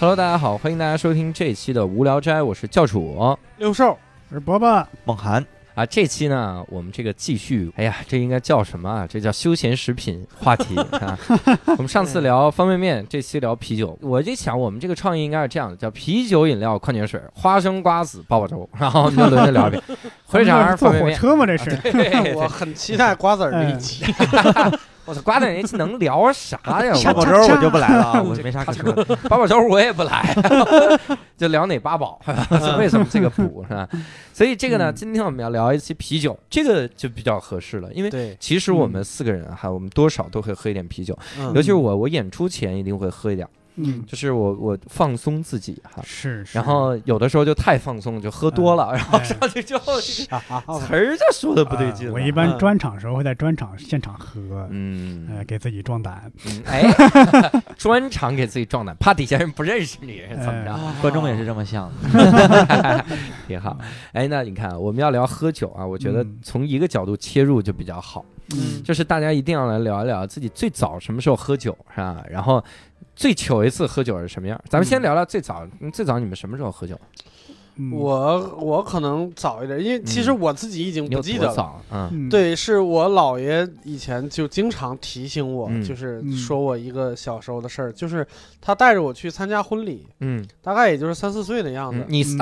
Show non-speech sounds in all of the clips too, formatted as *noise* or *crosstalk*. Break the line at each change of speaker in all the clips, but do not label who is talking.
Hello，大家好，欢迎大家收听这一期的无聊斋，我是教主
六兽，我是伯伯，
梦涵，
啊。这期呢，我们这个继续，哎呀，这应该叫什么啊？这叫休闲食品话题啊。我们上次聊方便面，这期聊啤酒。我就想，我们这个创意应该是这样的，叫啤酒、饮料、矿泉水、花生、瓜子、爆爆粥，然后你就轮着聊呗。火腿肠、
坐
方便
火 *laughs*
面，啊
车吗？这是
对对
*laughs* 我
对，哎
很期待瓜子儿这一
*laughs*
期，
我操，瓜子那期能聊啥呀？
小
我
宝粥我就不来了
*laughs*
啊，我
这
没啥
咔
可
嚓
说的。
八宝粥我也不来， *laughs* 就聊哪八宝？ *laughs* 为什么这个补是吧？所以这个呢，
嗯
今天我们要聊一期啤酒，这个就比较合适了，因为
对，
其实我们四个人啊哈，我们多少都会喝一点啤酒，
嗯
尤其是我，我演出前一定会喝一点，
嗯，
就是我我放松自己哈。
是，是
然后有的时候就太放松，就喝多了，然后
哎
上去之后这个
啊啊
词儿就说的不对劲了。
啊我一般专场时候会在专场现场喝，
嗯
呃，给自己壮胆。
嗯哎， *laughs* 专场给自己壮胆，怕底下人不认识
哎
你，怎么着？
观众也是这么想的，
*laughs* 挺好。哎，那你看，我们要聊喝酒啊，我觉得
嗯
从一个角度切入就比较好，
嗯
就是大家一定要来聊一聊自己最早什么时候喝酒，是吧？然后最糗一次喝酒是什么样？咱们先聊聊最早，嗯最早你们什么时候喝酒？
嗯
我我可能早一点，因为其实我自己已经
嗯你有
不记
多
得了。
早？嗯，
嗯
对，是我姥爷以前就经常提醒我，
嗯
就是
嗯
说我一个小时候的事儿，就是他带着我去参加婚礼，
嗯，
大概也就是三四岁的样子
嗯，你
嗯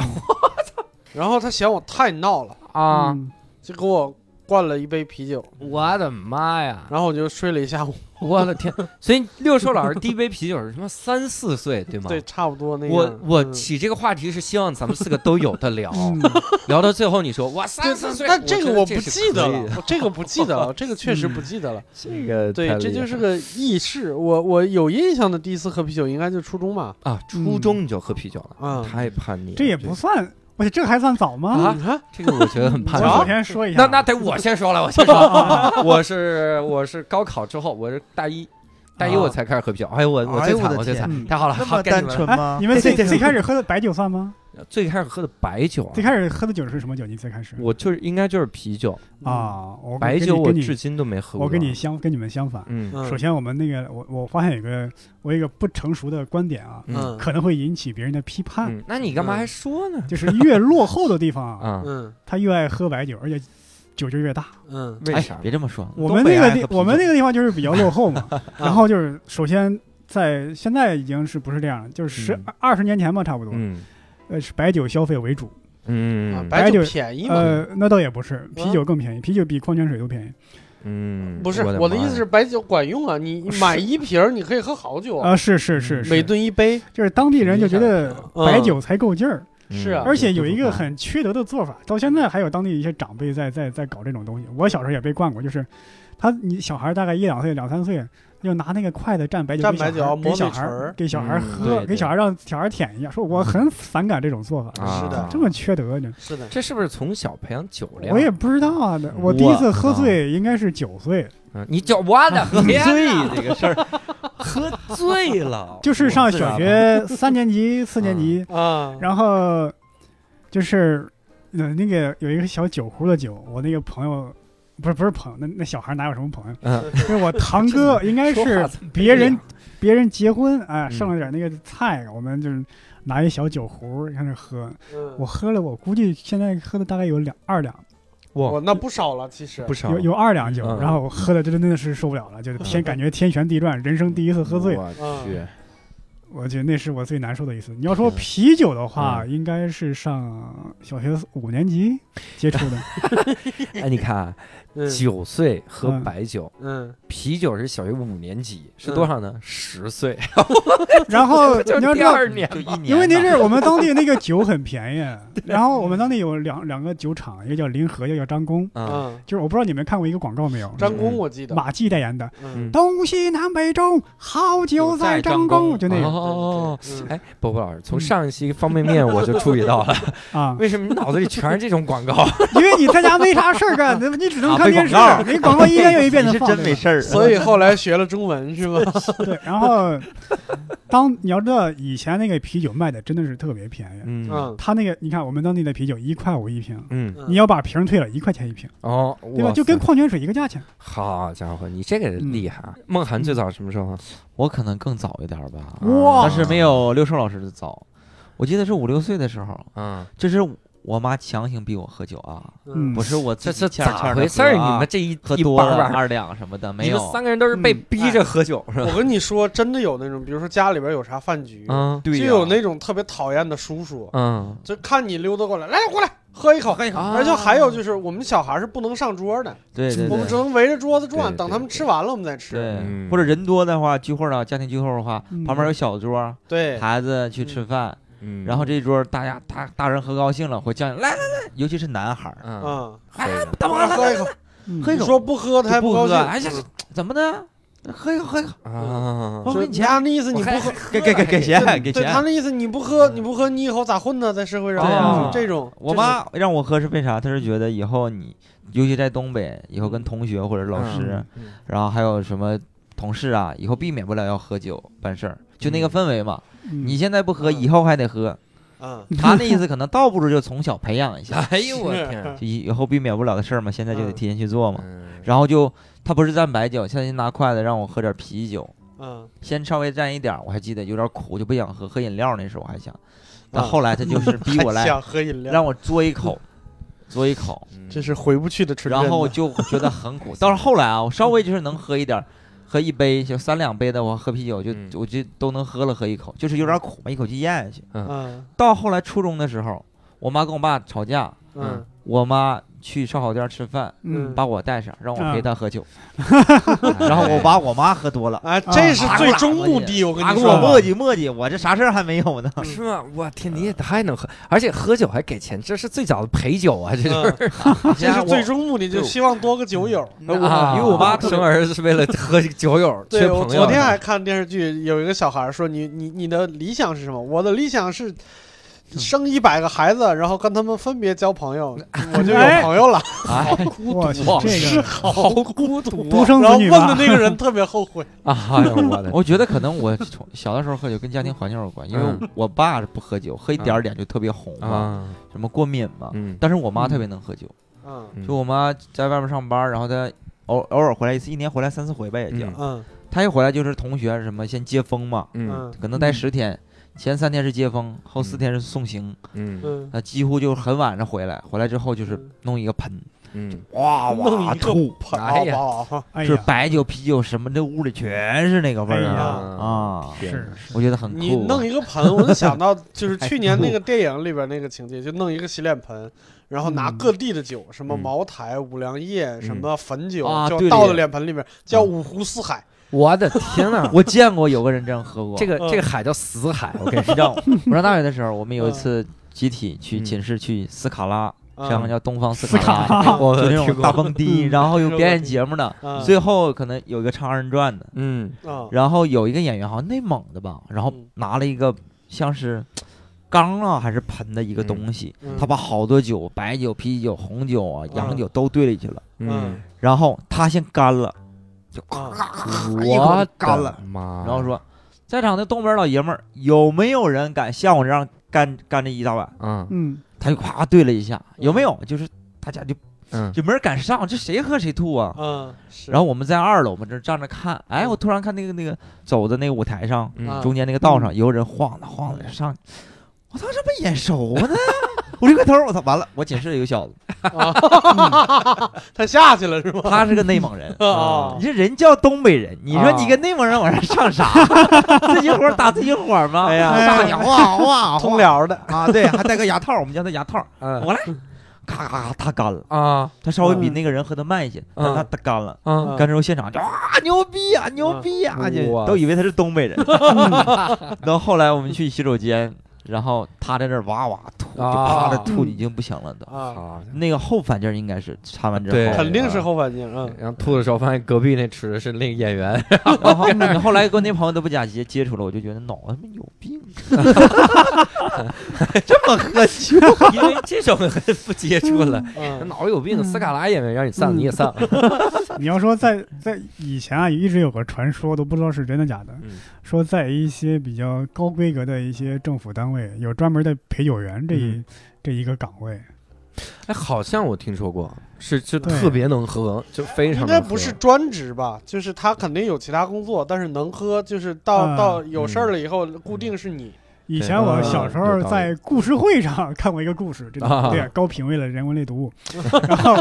然后他嫌我太闹了，
啊，
嗯
就给我灌了一杯啤酒，
我的妈呀！
然后我就睡了一下午，
我的天！所以六兽老师第一杯啤酒是什么？三四岁对吗？
对，。差不多那样。
我我
嗯
起这个话题是希望咱们四个都有的聊，
嗯
聊到最后你说哇
对
三四
但
岁，
但这个
我
我
觉
不
得这是
记得
可以的
了，我这个不记
*laughs*
得了，这个确实不
嗯
记得了。
这个
对
太，
这
厉害
就是个轶事。我我有印象的第一次喝啤酒应该就是初中吧。
啊，初中你就喝啤酒了，
嗯
太叛逆了。
这也不算，我去，这个还算早吗？
啊
你看，
这个我觉得很叛
我首
逆。
先说一下，嗯
那那得
*laughs*
我先说了，我先说，我是我是高考之后，我是大一，大一我才开始喝啤酒。哎呦我我
哎呦
最
我
惨，
的
我最
天
惨，
嗯
太好了，
那
好
么
该
单
你们
纯吗？
哎你们最
这这
最开始喝的白酒算吗？
了。最开始喝的白酒啊，
最开始喝的酒是什么酒？你最开始
我就是应该就是啤酒，
啊，我
白
跟你
酒我
跟你
至今都没喝过。
我跟你啊相跟你们相反。
嗯
首先，我们那个我我发现有个我有一个不成熟的观点啊，
嗯
嗯
可能会引起别人的批判。
嗯，那你干嘛还说呢？
就是越落后的地方啊，
*laughs* 啊，
嗯
他越爱喝白酒，而且酒就越大。
嗯
为
哎
啥，？
别这么说，
我们
东
那个
北爱喝
地，
啤酒
我们那个地方就是比较落后嘛。然后就是，首先在现在已经是不是这样了，就是十
嗯
二十年前吧，差不多，
嗯
呃，是白酒消费为主。
啊
嗯
白
白酒
酒便宜嘛？
呃，那倒也不是，啤
啊
酒更便宜，啤酒比矿泉水都便宜。
嗯，
不是，我
我
的
妈
意
呀
思是，白酒管用啊，你
是
买一瓶儿你可以喝好久，
啊，是是是
嗯每
是，
顿一杯。
就是当地人就觉得白酒才够劲儿。
嗯
是啊
而且有一个很缺德的做法，到现在还有当地一些长辈在在在搞这种东西。我小时候也被灌过，就是他你小孩大概一两岁、两三岁，就拿那个筷子蘸白酒
蘸
给小孩
白酒
给
磨
小
米
孩
锤
儿
儿
给小孩儿
嗯
喝，
对
给小孩儿让小孩儿舔一下，说我很反感这种做法，
啊
是的
这么缺德呢。
是的，
这是不是从小培养酒量？
我也不知道啊，那我第一次喝醉应该是九岁，
嗯，你酒我
*laughs*
的
喝
天
醉
哪
这个事儿，喝醉了，
就是
我
上小
自然了，
学三年级、四年级，
啊，
然后就是呃那个有一个小酒壶的酒，我那个朋友不是不是朋友，那那小孩哪有什么朋友？
嗯，
就是我堂
*laughs*
哥，应该
说话
是
怎么
别人
这样
别人结婚啊，
嗯
剩了点那个菜，我们就是拿一小酒壶在那喝。
嗯
我喝了，我估计现在喝的大概有两二两，
我哦那不少了，其实
不少
有有二两酒，
嗯
然后我喝的真的是受不了
*laughs*
了，就是天感觉天旋地转，人生第一次喝醉，
我去，
我觉得那是我最难受的一次。你要说啤酒的话，应该是上小学五年级接触的。
哎，你看啊，
嗯
九岁喝
嗯
白酒，
嗯
啤酒是小学五年级，是多少呢？十
*laughs*
岁，
然后你
就
要
是
知
第
道，
二年
就
嘛
一。年，
因为那阵儿我们当地那个酒很便宜，然后我们当地有两两个酒厂，一个叫临河，一个叫张公。
啊，
嗯，
就是我不知道你们看过一个广告没有，
张工我记得，
马季代言的“
嗯
东西南北中，好酒在张公”，就那嗯个
哦，
对对对
哎，伯伯老师，从上一期方便面我就注意到了，
啊， *laughs*
为什么你脑子里全是这种广告？
因为你在家没啥事儿干，那你只能
啊
上电视，那广告一遍又一遍的
你是
放。
真没事儿，
所以后来学了中文是吧？
对，然后当你要知道，以前那个啤酒卖的真的是特别便宜，
嗯
嗯，
他那个你看我们当地的啤酒一块五一瓶，
嗯
你要把瓶退了一块钱一瓶，
哦，
对
哇
吧？就跟
塞
矿泉水一个价钱。
好家伙，你这个厉害啊！梦涵最早什么时候啊？
我可能更早一点吧，
哇
但是没
啊
有六寿老师的早。我记得是五六岁的时候，
嗯，
这是我妈强行逼我喝酒啊，
嗯
不是我
这
自己
是
欠着欠
咋
着
回
喝
事儿？
啊
你们这一
喝
一
多
帮
了
人，
二两什么的没
你们
有
三，个人都是被
嗯
逼着喝酒是吧？
我跟你说，真的有那种，比如说家里边有啥饭局，
嗯
对
就
呀啊
有那种特别讨厌的叔叔，
嗯
就看你溜达过来，来过来喝一口，喝一口。而且还有就是，我们小孩是不能上桌的，
对对
我们只
对。
能围着桌子
对
转，
对
等他们
对
吃完了我们再吃。
对，
嗯
或者人多的话，聚会啊，家庭聚会的话
嗯，
旁边有小桌，
对，
孩子去吃饭，
嗯
然后这一桌大家大大人喝高兴了，会叫你来来来，尤其是男孩儿，
嗯，
嗯，
可以的
大
过来喝一口，
嗯
喝一
你
口
说不喝他还
不
高
喝，
兴。嗯
哎呀，这怎么的？喝一口，喝一口，
啊
我
说
给你钱
他那意思你不喝，
*laughs* 给给给给钱，给
对他
钱。
那意思你不喝，你不喝，你以后咋混呢？在社会上，
对
啊
这种
我妈让我喝是为啥？她是觉得以后你，尤其在东北，以后跟同学或者老师，
嗯
然后还有什么同事啊，以后避免不了要喝酒办事儿，就那个
嗯
氛围嘛。
嗯
你现在不喝，
嗯
以后还得喝。
*laughs*
嗯，
她那意思可能倒不如就从小培养一
*laughs*
下，
哎呦我天，
就以以后避免不了的事儿嘛，现在就得
嗯
提前去做嘛。
嗯
然后就她不是蘸白酒，现在就拿筷子让我喝点啤酒，
嗯，
先稍微蘸一点儿，我还记得有点苦，就不想喝，喝饮料那时候我还想，但
啊
后来她就是逼我来
*laughs* 还想喝饮料，
让我嘬一口，嘬一口，
这是回不去的纯真的。
然后我就觉得很苦。到是后来啊，我稍微就是能喝一点儿，喝一杯就三两杯的，我喝啤酒就
嗯
我就都能喝了喝一口，就是有点苦嘛，一口气咽下去。
嗯
到后来初中的时候，我妈跟我爸吵架，
嗯
我妈去烧烤店吃饭，
嗯
把我带上，让我
嗯
啊
陪她喝
*laughs*
酒，然后我把我妈喝多了。
啊，这是最终目的，我跟
她
你
跟我
说，
磨叽磨叽，我这啥事儿还没有 *laughs* 呢。
嗯是吗？我天，你也太能喝，而且喝酒还给钱，这是最早的陪酒 *laughs*
嗯
啊！这是
这是最
我
终目的，就希望多个酒友。
啊
因为我妈特别
生儿子是为了喝酒友，缺
对，我
朋
昨
友
天还
的。
看电视剧，有一个小孩说：“你你你的理想是什么？”我的理想是生一百个孩子，然后跟他们分别交朋友，
嗯
我就有朋友了。 *laughs*
哎，
我去
哇，
这
是
个
好孤
独
独啊！
生子
然后
女
问
吧
的那个人特别后悔。
啊，哎呦我
*laughs*
的，
我觉得可能我从小的时候喝酒跟家庭环境有关，因为
嗯
我爸是不喝酒，喝一点儿脸就特别红嘛，
啊，
什么过敏嘛。
嗯，
但是我妈特别能喝酒，
嗯
嗯
就我妈在外面上班，然后她偶偶尔回来一次，一年回来三四回吧也就
嗯。
嗯
她一回来就是同学什么先接风嘛，
嗯
嗯
可能待
嗯
十天，前三天是接风，后四
嗯
天是送行，
嗯
嗯，
她几乎就是很晚上回来，回来之后就是
嗯
弄一个盆，
嗯，
哇
弄
哇
一个
吐，
跑
哎呀
跑，
哎
就是
呀，
白酒、啤酒什么，这屋里全是那个味儿
哎呀
啊
啊，
啊！
天
是
我觉得很酷啊。
你弄一个盆，我就
*laughs*
想到就是去年那个电影里边那个情节，就弄一个洗脸盆，然后拿
嗯
各地的酒，什么
嗯
茅台、五粮液、什
嗯
么汾酒
啊，
就
对
倒
的，
到脸盆里边，叫五湖四海。
我的天
*laughs*
呐
我见过有个人这样喝过。
这个
嗯
这个海叫死海，
我
我跟
跟
你
你
说，
讲，我上大学的时候，我们有一次集体
嗯
去寝室去斯卡拉，
嗯
上个叫东方斯卡拉，
*laughs*
啊
我
就那
听
种大
过，
蹦迪，然后有表演节目的，
嗯
最后可能有一个唱二人转的，
嗯
啊，
然后有一个演员好像内蒙的吧，然后
嗯
拿了一个像是缸啊还是盆的一个东西，
嗯
他把好多酒，白酒、啤酒、红酒啊、洋酒都兑里去了，
嗯，
然后他先干了，就
啊
咔咔咔一口
我
就干了
的。妈，
然后说，在场的东北老爷们儿有没有人敢像我这样干干这一大碗？
嗯
嗯，
他就夸对了一下，有没有？就是大家就
嗯
就没人敢上，这谁喝谁吐啊？
嗯，是
然后我们在二楼，我们这站着看，哎，我突然看那个那个走的那个舞台上，
嗯
啊
中间那个道上有人晃的晃的上，我操，这不眼熟呢？ *laughs* 我一回头，我操，完了，我寝室有个小子，
他下去了是吗？。
他是个内蒙 *laughs* 人
啊
你，这人叫东北人，你说你个内蒙人往上上啥？ *laughs* 自己火打自己火吗？
哎呀
大家哇哇，
通辽的，
啊，对，还戴个牙套，我们叫他牙套。
嗯
我来，咔咔咔，他干了，
啊
他稍微比
嗯
那个人喝的慢一些，但他他干了。
啊，
嗯
干之后现场就啊牛逼啊牛逼啊，
嗯
就
哇
都以为他是东
*laughs*
北人。然后后来我们去洗手间，然后他在那儿哇哇吐，就
啊
啪的吐已经不行了都。
啊，
好家伙
那个后反劲儿应该是擦完之
对
后，
肯定是后半截，嗯
然后吐的时候发现隔壁那吃的是另一演 *laughs* 员，
啊然后你后来跟那朋友都不假接接触了，我就觉得脑子他妈有病，这么喝酒，
因为这种很不接触了。
嗯，
脑子有病，斯卡拉演员让你上
嗯
你也上，
你要说在在以前啊，一直有个传说，都不知道是真的假的，
嗯
说在一些比较高规格的一些政府单位，有专门的陪酒员这一、这一个岗位。
哎，好像我听说过，是就
对
特别能喝，就非常
应
能
该
喝
不是专职吧？就是他肯定有其他工作，但是能喝，就是到、
啊
到有
嗯
事儿了以后，固定是你。
以前我小时候
啊有道理
在故事会上 *laughs* 看过一个故事，这
啊
个对、高品位的人文类读物，然后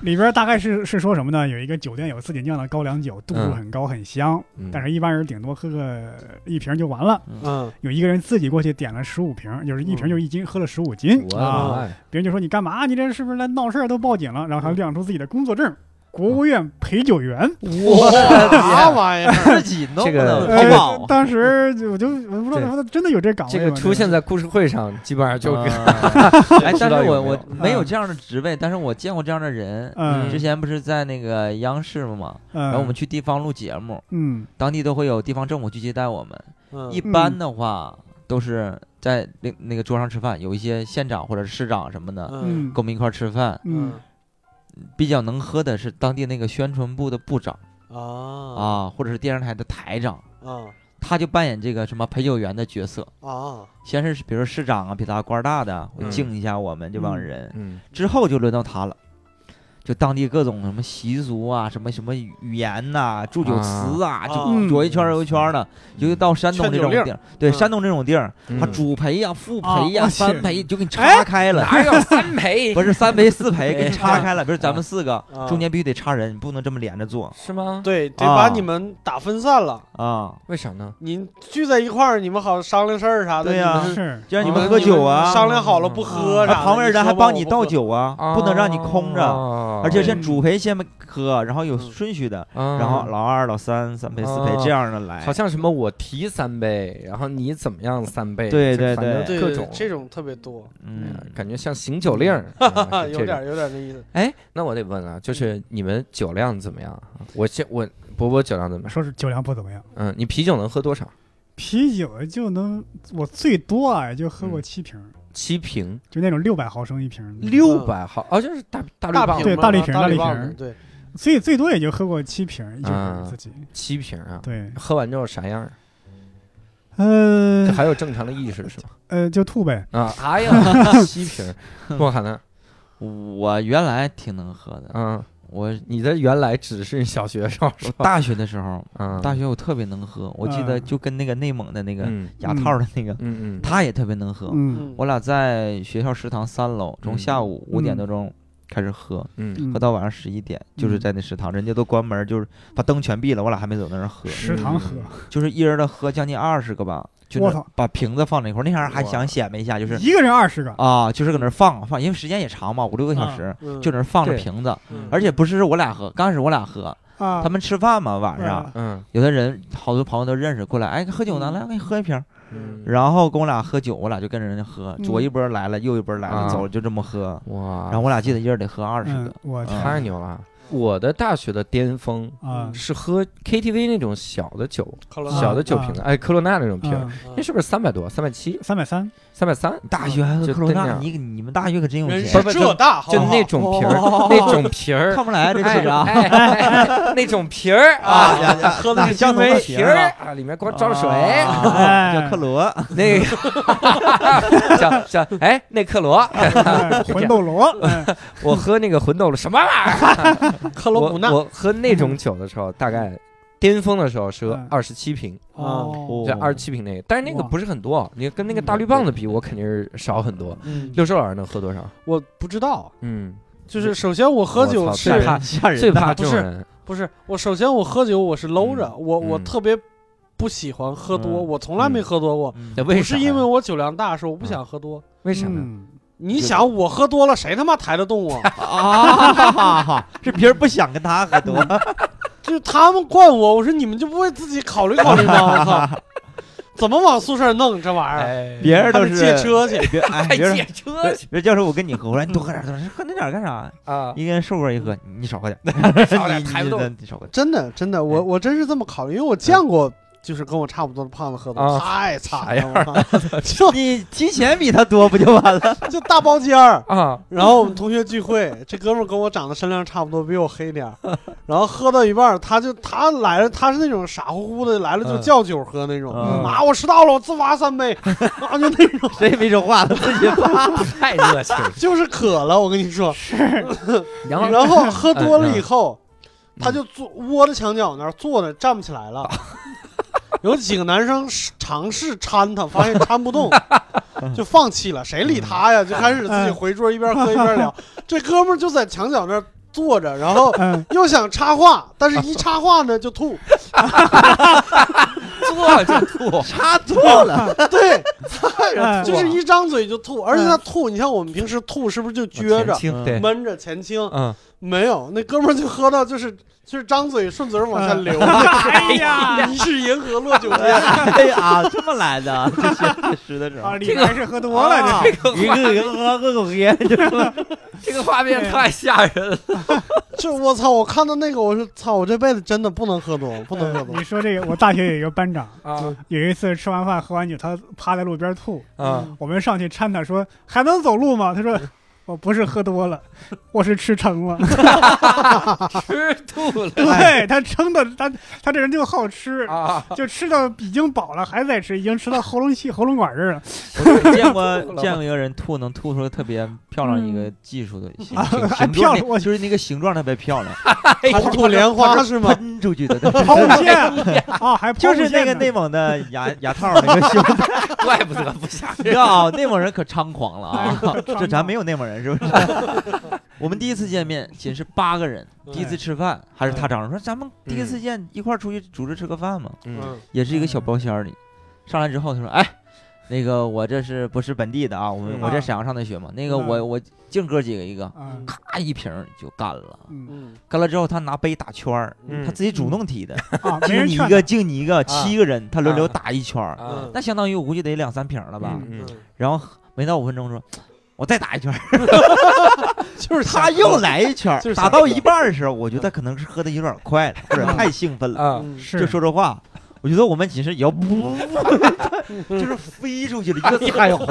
里边大概是是说什么呢？有一个酒店有自己酿的高粱酒，度数很高很香，
嗯
但是一般人顶多喝个一瓶就完了。
嗯，
有一个人自己过去点了十五瓶，就是一
嗯
瓶就一斤，喝了十五斤
我
啊
的。妈呀，
别人就说你干嘛？你这是不是来闹事儿？都报警了，
嗯
然后还亮出自己的工作证，国务院陪酒员。
我 *laughs*
哇，
啥玩意儿？
自己弄
*laughs* 这个
的，啊好
呃当时就我就我不知道他真的有这岗位
这
吗？
个出现在故事会上，基本上就
啊
跟
*laughs* 哎，
知
但
道
是
有
我
没
我
有嗯
没有这样的职位，但是我见过这样的人。
嗯
之前不是在那个央视嘛，
嗯，
然后我们去地方录节目，
嗯
当地都会有地方政府去接待我们。
嗯
一般的话都是在那那个桌上吃饭，有一些县长或者是市长什么的
嗯
嗯
跟我们一块儿吃饭。
嗯
比较能喝的是当地那个宣传部的部长
啊
啊，或者是电视台的台长，
啊
他就扮演这个什么陪酒员的角色。
啊！
先是比如市长啊，比他官儿大的会
嗯
敬一下我们这帮
嗯
人，
嗯
之后就轮到他了。就当地各种什么习俗啊，什么什么语言呐、祝酒词啊，
啊
就
嗯
左一圈儿右一圈儿的。尤其到山东这种
劝酒
地儿，对
嗯
山东这种地儿，
嗯
他主陪呀、副陪
啊
呀、
我
三
去
陪就给你
哎
岔开了，
哪有
*laughs*
三陪？
嗯不是三陪四陪给你岔开了。比如咱们四个
啊
中间必须得插人，你不能这么连着坐
是吗？
对，得
啊
把你们打分散了。
啊。
为啥呢？
你聚在一块儿，你们好商量事儿啥的。
对呀
你们
是
就让你
啊
们喝酒啊，
商量好了不喝
啊
啥
那
的，
旁边人还帮你倒
倒。
酒啊，不能让你空着。
着
而且是
嗯
主陪先喝，然后有
嗯
顺序的，
然
然后老二、老三、三陪、四陪
啊
这样的来
好。像什么我提三杯，然后你怎么样三杯？
对对
就反正
对
各
对
种
这种特别多，
哎
嗯
呀，感觉像醒酒令
*laughs*
儿，啊
啊，
就
有
这
点
种。
有点那意思。
哎，那我得问了，就是你们酒量怎么样？我先我波波酒量怎么样？
说是酒量不怎么样，
嗯，你啤酒能喝多少？
啤酒就能我最多啊也就喝过七瓶，
七瓶，
就那种六百毫升一瓶，
六百毫哦，就是大大绿
大
棒
瓶
子
对
嘛
大力瓶
大
大力
棒
瓶
子对，
所以最多也就喝过七瓶，一
啊
瓶自己。
七瓶啊。
对，
喝完之后啥样儿？
呃
这还有正常的意识是吗？
呃，就吐呗。
*laughs*
啊，哎呀， *laughs* 七瓶儿，莫喊呢？
我原来挺能喝的，
嗯，
我
你的原来只是小学时候是
我
吧？
大学的时候，
嗯，
大学我特别能喝，我记得
嗯
就跟那个内蒙的那个
嗯
牙套的那个，
嗯嗯，
他也特别能喝。
嗯
嗯，
我俩在学校食堂三楼，从
嗯
下午五点
嗯
多钟开始喝，
嗯
嗯
喝到晚上十一点，就是
嗯
在那食堂，人家都关门，就是把灯全闭了，我俩还没走那儿喝，
食堂喝，
就是一人的喝将近二十个吧，就
我
是
操
把瓶子放那块儿，那样还
哇
想显摆一下，嗯就是
一个人二十个，
啊，就是搁那儿放放，因为时间也长嘛，五六个小
啊
时，
嗯
就搁那儿放着
对
瓶子，
嗯
而且不是我俩喝，刚开始我俩喝，
啊，
他们吃饭嘛晚
对
上
啊，
嗯
有的人好多朋友都认识过来，哎，喝酒呢，来我给你喝一瓶儿，
嗯，
然后跟我俩喝酒，我俩就跟着人家喝，左
嗯
一波来了，右一波来
啊
了，走了就这么喝，
哇，
然后我俩记得一人得喝二十
嗯
个，，
我天
太牛了！我的大学的巅峰
啊，
是喝 KTV 那种小的酒，
克罗
啊
小的酒瓶的，哎，科罗娜那种瓶儿，那
嗯
是不是三百多？三百七？
三百三，
三百三？
大学还喝
就
克罗
真那
纳，
样
你你们大学可真有
嗯人
钱
是，
不是
浙大，好
就
不好 *laughs*
那种瓶儿
哦，
那种瓶儿 *laughs*
看，不来这
哎
气质啊，
哎哎那种瓶儿 *laughs* 啊，
呀呀
喝的是
相
金
同
杯
的
瓶儿啊，里面光装水，
啊叫克罗，
那个 *laughs* 叫叫哎，那克罗，
哎魂斗罗，哎
*laughs* 我喝那个魂斗罗什么玩意儿？
克罗普纳
我我喝那种酒的时候，大概巅峰的时候是
嗯
二十七瓶。
哦，
在二十七瓶内，但是那个
哇
不是很多，你跟那个
嗯
大绿棒子比，我肯定是少很多。
嗯，
六兽老师能喝多少？
我不知道，
嗯，
就是首先我喝酒
我操
是
吓人
怕吓人，
最怕
不
这种
是
人。
不是我首先我喝酒我是搂着，我我
嗯
特别不喜欢喝多，
嗯
我从来没喝多过，
嗯
那为啥
不是
呀？
因为嗯我酒量大，是我不想喝多。
为啥呢？
嗯
你想我喝多了，谁他妈抬得动 *laughs* 我？
啊，是别人不想跟他喝多，
就是他们惯我，我说你们就不会自己考虑考 *laughs* 虑吗？我操，怎么往宿舍弄这玩意儿？
哎
别人
还
都
得
是
借，车 *laughs* 去。
*laughs* 别哎，
还
别人
借车去
别人教授我跟你喝，我说你多喝点，多喝点喝那点儿干啥？
啊？
一跟瘦哥一喝，你少喝点，
少点
你
抬不动，
你你少喝点。
哎嗯真的，真的，我我真是这么考虑，因为我见过就是跟我差不多的胖子喝
啊
的，太
啥
惨
样
了，我操 *laughs*
*laughs*
就
你提前比他多不就完
*laughs*
了？
就大包间儿。
啊，
然后我们同学聚会， *laughs* 这哥们儿跟我长得身量差不多，比我黑点儿。然后喝到一半儿，他就他来了，他是那种傻乎乎的来了就
嗯
叫酒喝那种。
嗯
啊，我迟到了，我自罚三杯， *laughs* 啊，就那种，
谁也没说话，他自己发。
太热情。了。
就是渴了。我跟你说，
然后
然后喝多了以后，他就坐窝在墙角那儿坐着，站不起来了。有几个男生试尝试搀他，发现搀不动，就放弃了。谁理他呀？就开始自己回桌一边喝一边聊。这哥们儿就在墙角那儿坐着，然后
嗯，
又想插话，但是一插话呢就吐。
坐就 *laughs* 吐，
插错了，
对，
哎
就是一张嘴就吐，而且他吐，你像我们平时吐是不是就撅着
啊前、倾对，
闷着、前倾？
嗯，
没有，那哥们儿就喝到就是就是张嘴顺嘴 *laughs* 往
*laughs*
下流，
哎 *laughs* 呀，
疑是银河落九天。
*laughs* 哎呀，这么来的，这是这是的时候
啊，，李白是喝多了，
啊
这
这个
*laughs* 一个一个喝喝口烟，就
这个画面太吓人了。
就我操！我看到那个，我说操！我这辈子真的不能喝多，不能喝
呃
多
你。说这个，我大学有一个班长，
啊
有一次吃完饭喝完酒，他趴在路边吐，
嗯
啊！
我们上去搀他说还能走路吗？他说我不是喝多
*laughs*
了，我是吃撑了。
吃吐了
哎
对他撑的，他他这人就好吃，
啊！
就吃到已经饱了还在吃，已经吃到喉咙气喉咙管这儿了。
我 *laughs* 见过见过一个人吐，能吐出来特别漂亮一个技术的形
啊
形
还
形状
漂，亮我
就是那个形状特别漂亮，
他是吐莲
*laughs*
花是吗？
喷出去的，
*laughs*
*laughs* 对
抛物线
*laughs*
啊，还抛
就
物
是
线
那个
呢
内蒙的牙牙套那个形状
怪不得不吓
*laughs*
人。
啊，内蒙人可猖狂了啊！
张
这咱没
*laughs* 有
有内蒙人是不 *laughs* 是？我们第一次见面，仅是八个人，第一次吃饭还是他张罗说咱们第一次见一块儿出去组织吃个饭嘛，
嗯
嗯，
也是一个小包厢里。上来之后他说：“哎，那个我这是不是本地的啊？我们
嗯
我在沈阳上的学嘛。那个我
嗯
我敬哥几个一个，
啊，
咔一瓶儿就干了。
嗯
嗯
干了之后他拿杯打圈儿，
嗯
他自己主动提的， *laughs*
啊，没
敬
人
你
劝
一
他
个敬你一个，七个人他轮流打一圈儿，
啊
嗯
那相当于我估计得两三瓶儿了吧。
嗯嗯
然后没到五分钟说，我再打一圈儿，
就是
他又来一圈儿
就是，
*laughs*
想
打到一半儿的时候，我觉得可能是喝的有点快了，或者太兴奋了，
啊
嗯
是
就
*laughs*
说这话。我觉得我们寝室 *laughs* 也要不，就是飞出去了，一个彩虹，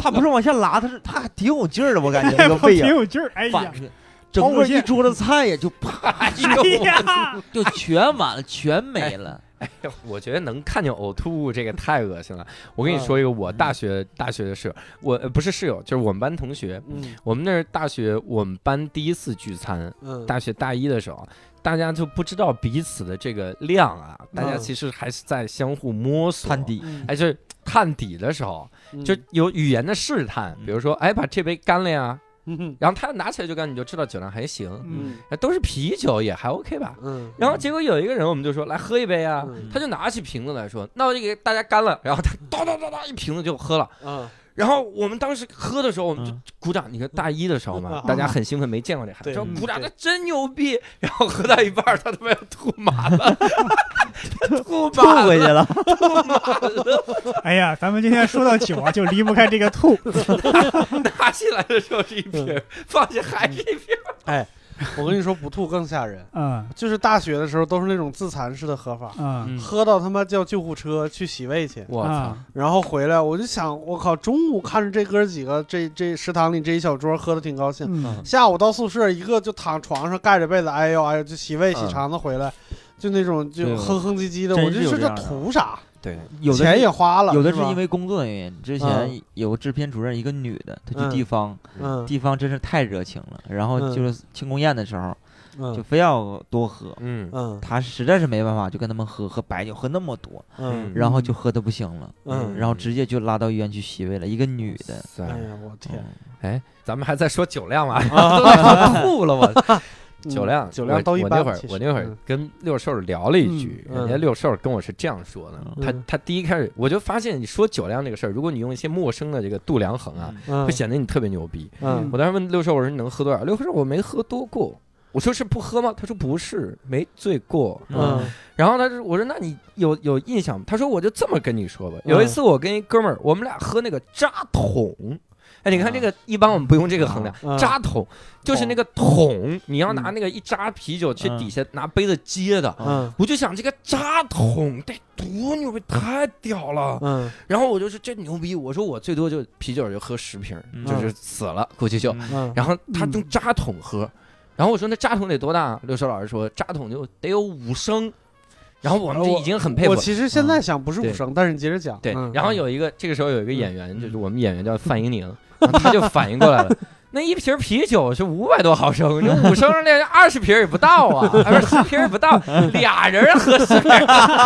他不是往下拉，他是他还挺有劲儿的，我 *laughs* 感觉那个
我
胃
挺
呀，
有劲儿，哎
反
呀，
出去，整个一桌子菜呀，就啪
哎
*laughs* 哎
呦
*laughs* 呀，
就全完了， *laughs* 全没了。
*laughs* 我觉得能看见呕吐物这个太恶心了。我跟你
嗯
说一个，我大学大学的室友，我呃不是室友，就是我们班同学。
嗯
我们那是大学，我们班第一次聚餐，
嗯，
大学大一的时候，大家就不知道彼此的这个量啊，大家
嗯
其实还是在相互摸索
摊，底，
嗯
哎，就是探底的时候，
嗯
哎就有语言的试探，比如说，哎，把这杯干了呀，
嗯
然后他拿起来就干，你就知道酒量还行，
嗯，
哎都是啤酒也还 OK 吧。
嗯
然后结果有一个人，我们就说来喝一杯啊，
嗯
他就拿起瓶子来说，那我就给大家干了，然后他叨叨叨叨一瓶子就喝了。
嗯，
然后我们当时喝的时候，我们就
嗯
鼓掌。你看大一的时候嘛，
嗯
大家很兴奋，没见过这孩子，
对
说
嗯
鼓掌，
对
他真牛逼。然后喝到一半儿，他他妈要吐麻了，他吐
吐
麻
回去
了，
了。
哎呀，咱们今天说到酒啊，就离不开这个
*laughs*
吐，
拿起来的时候是一瓶，放下还是一瓶。
我跟你说，不吐更吓人。
嗯
就是大学的时候都是那种自残式的喝法，
嗯
嗯
喝到他妈叫救护车去洗胃去，
我操！
啊
然后回来我就想，我靠，中午看着这哥几个这这食堂里这一小桌喝的挺高兴，
嗯
下午到宿舍一个就躺床上盖着被子，哎呦哎呦，就洗胃洗肠子回来。就那种
嗯
就
对我
哼哼唧唧的，
真
我就是
有
说
这
这
样的
图啥？
对，
*laughs* 有的
钱
是
也花了，
有的是
是吧
因为工作的原因，之前
嗯
有个制片主任，一个女的，她去
嗯
地方，
嗯
地方真是太热情了。然后
嗯
就是庆功宴的时候，就
嗯
非要多喝，
嗯
嗯
她实在是没办法，就跟他们喝喝白酒，喝那么多，
嗯
然后就喝的不行了，
嗯，
然后直接就拉到医院去洗胃了。一个女的，
哇
哎
塞
嗯
呀，我天，
哎，咱们还在说酒量嘛， *laughs* 都在说吐了我。
嗯
酒量，
酒量到一
我
般。
我那会儿
其，实
我那会儿跟六兽聊了一句，
嗯
人家六兽跟我是这样说的：
嗯
他他第一开始我就发现，你说酒量这个事儿，如果你用一些陌生的这个度量衡啊，
嗯
嗯
会显得你特别牛逼。
嗯
我当时问六兽，我说你能喝多少？六兽说我没喝多过。我说是不喝吗？他说不是，没醉过。
嗯
然后他说：“我说那你有有印象吗？”他说：“我就这么跟你说吧。
嗯
有一次我跟一哥们儿，我们俩喝那个扎桶，哎，你看这个，一般我们不用这个衡量。
嗯
扎桶就是那个桶，你要拿那个一扎啤酒去
嗯
底下拿杯子接的。
嗯
我就想这个扎桶得多牛逼，太屌了。
嗯
然后我就说这牛逼，我说我最多就啤酒就喝十瓶，
嗯
就是死了估计就。
嗯，
然后他
嗯
用扎桶喝，然后我说那扎桶得多大啊？六少老师说扎桶就得有五升，然后我们就已经很佩服
嗯我
了。
其实
嗯
现在想不是
对
五声，但是你接着讲。
对
嗯，
然后有一个这个时候有一个演员，就是我们演员叫范英
*laughs*
宁，然后他就反应过来了。那一瓶啤酒是五百多毫升，你五升那二十瓶也不到啊，不是十瓶也不
*laughs*
到，俩人喝十瓶， *laughs*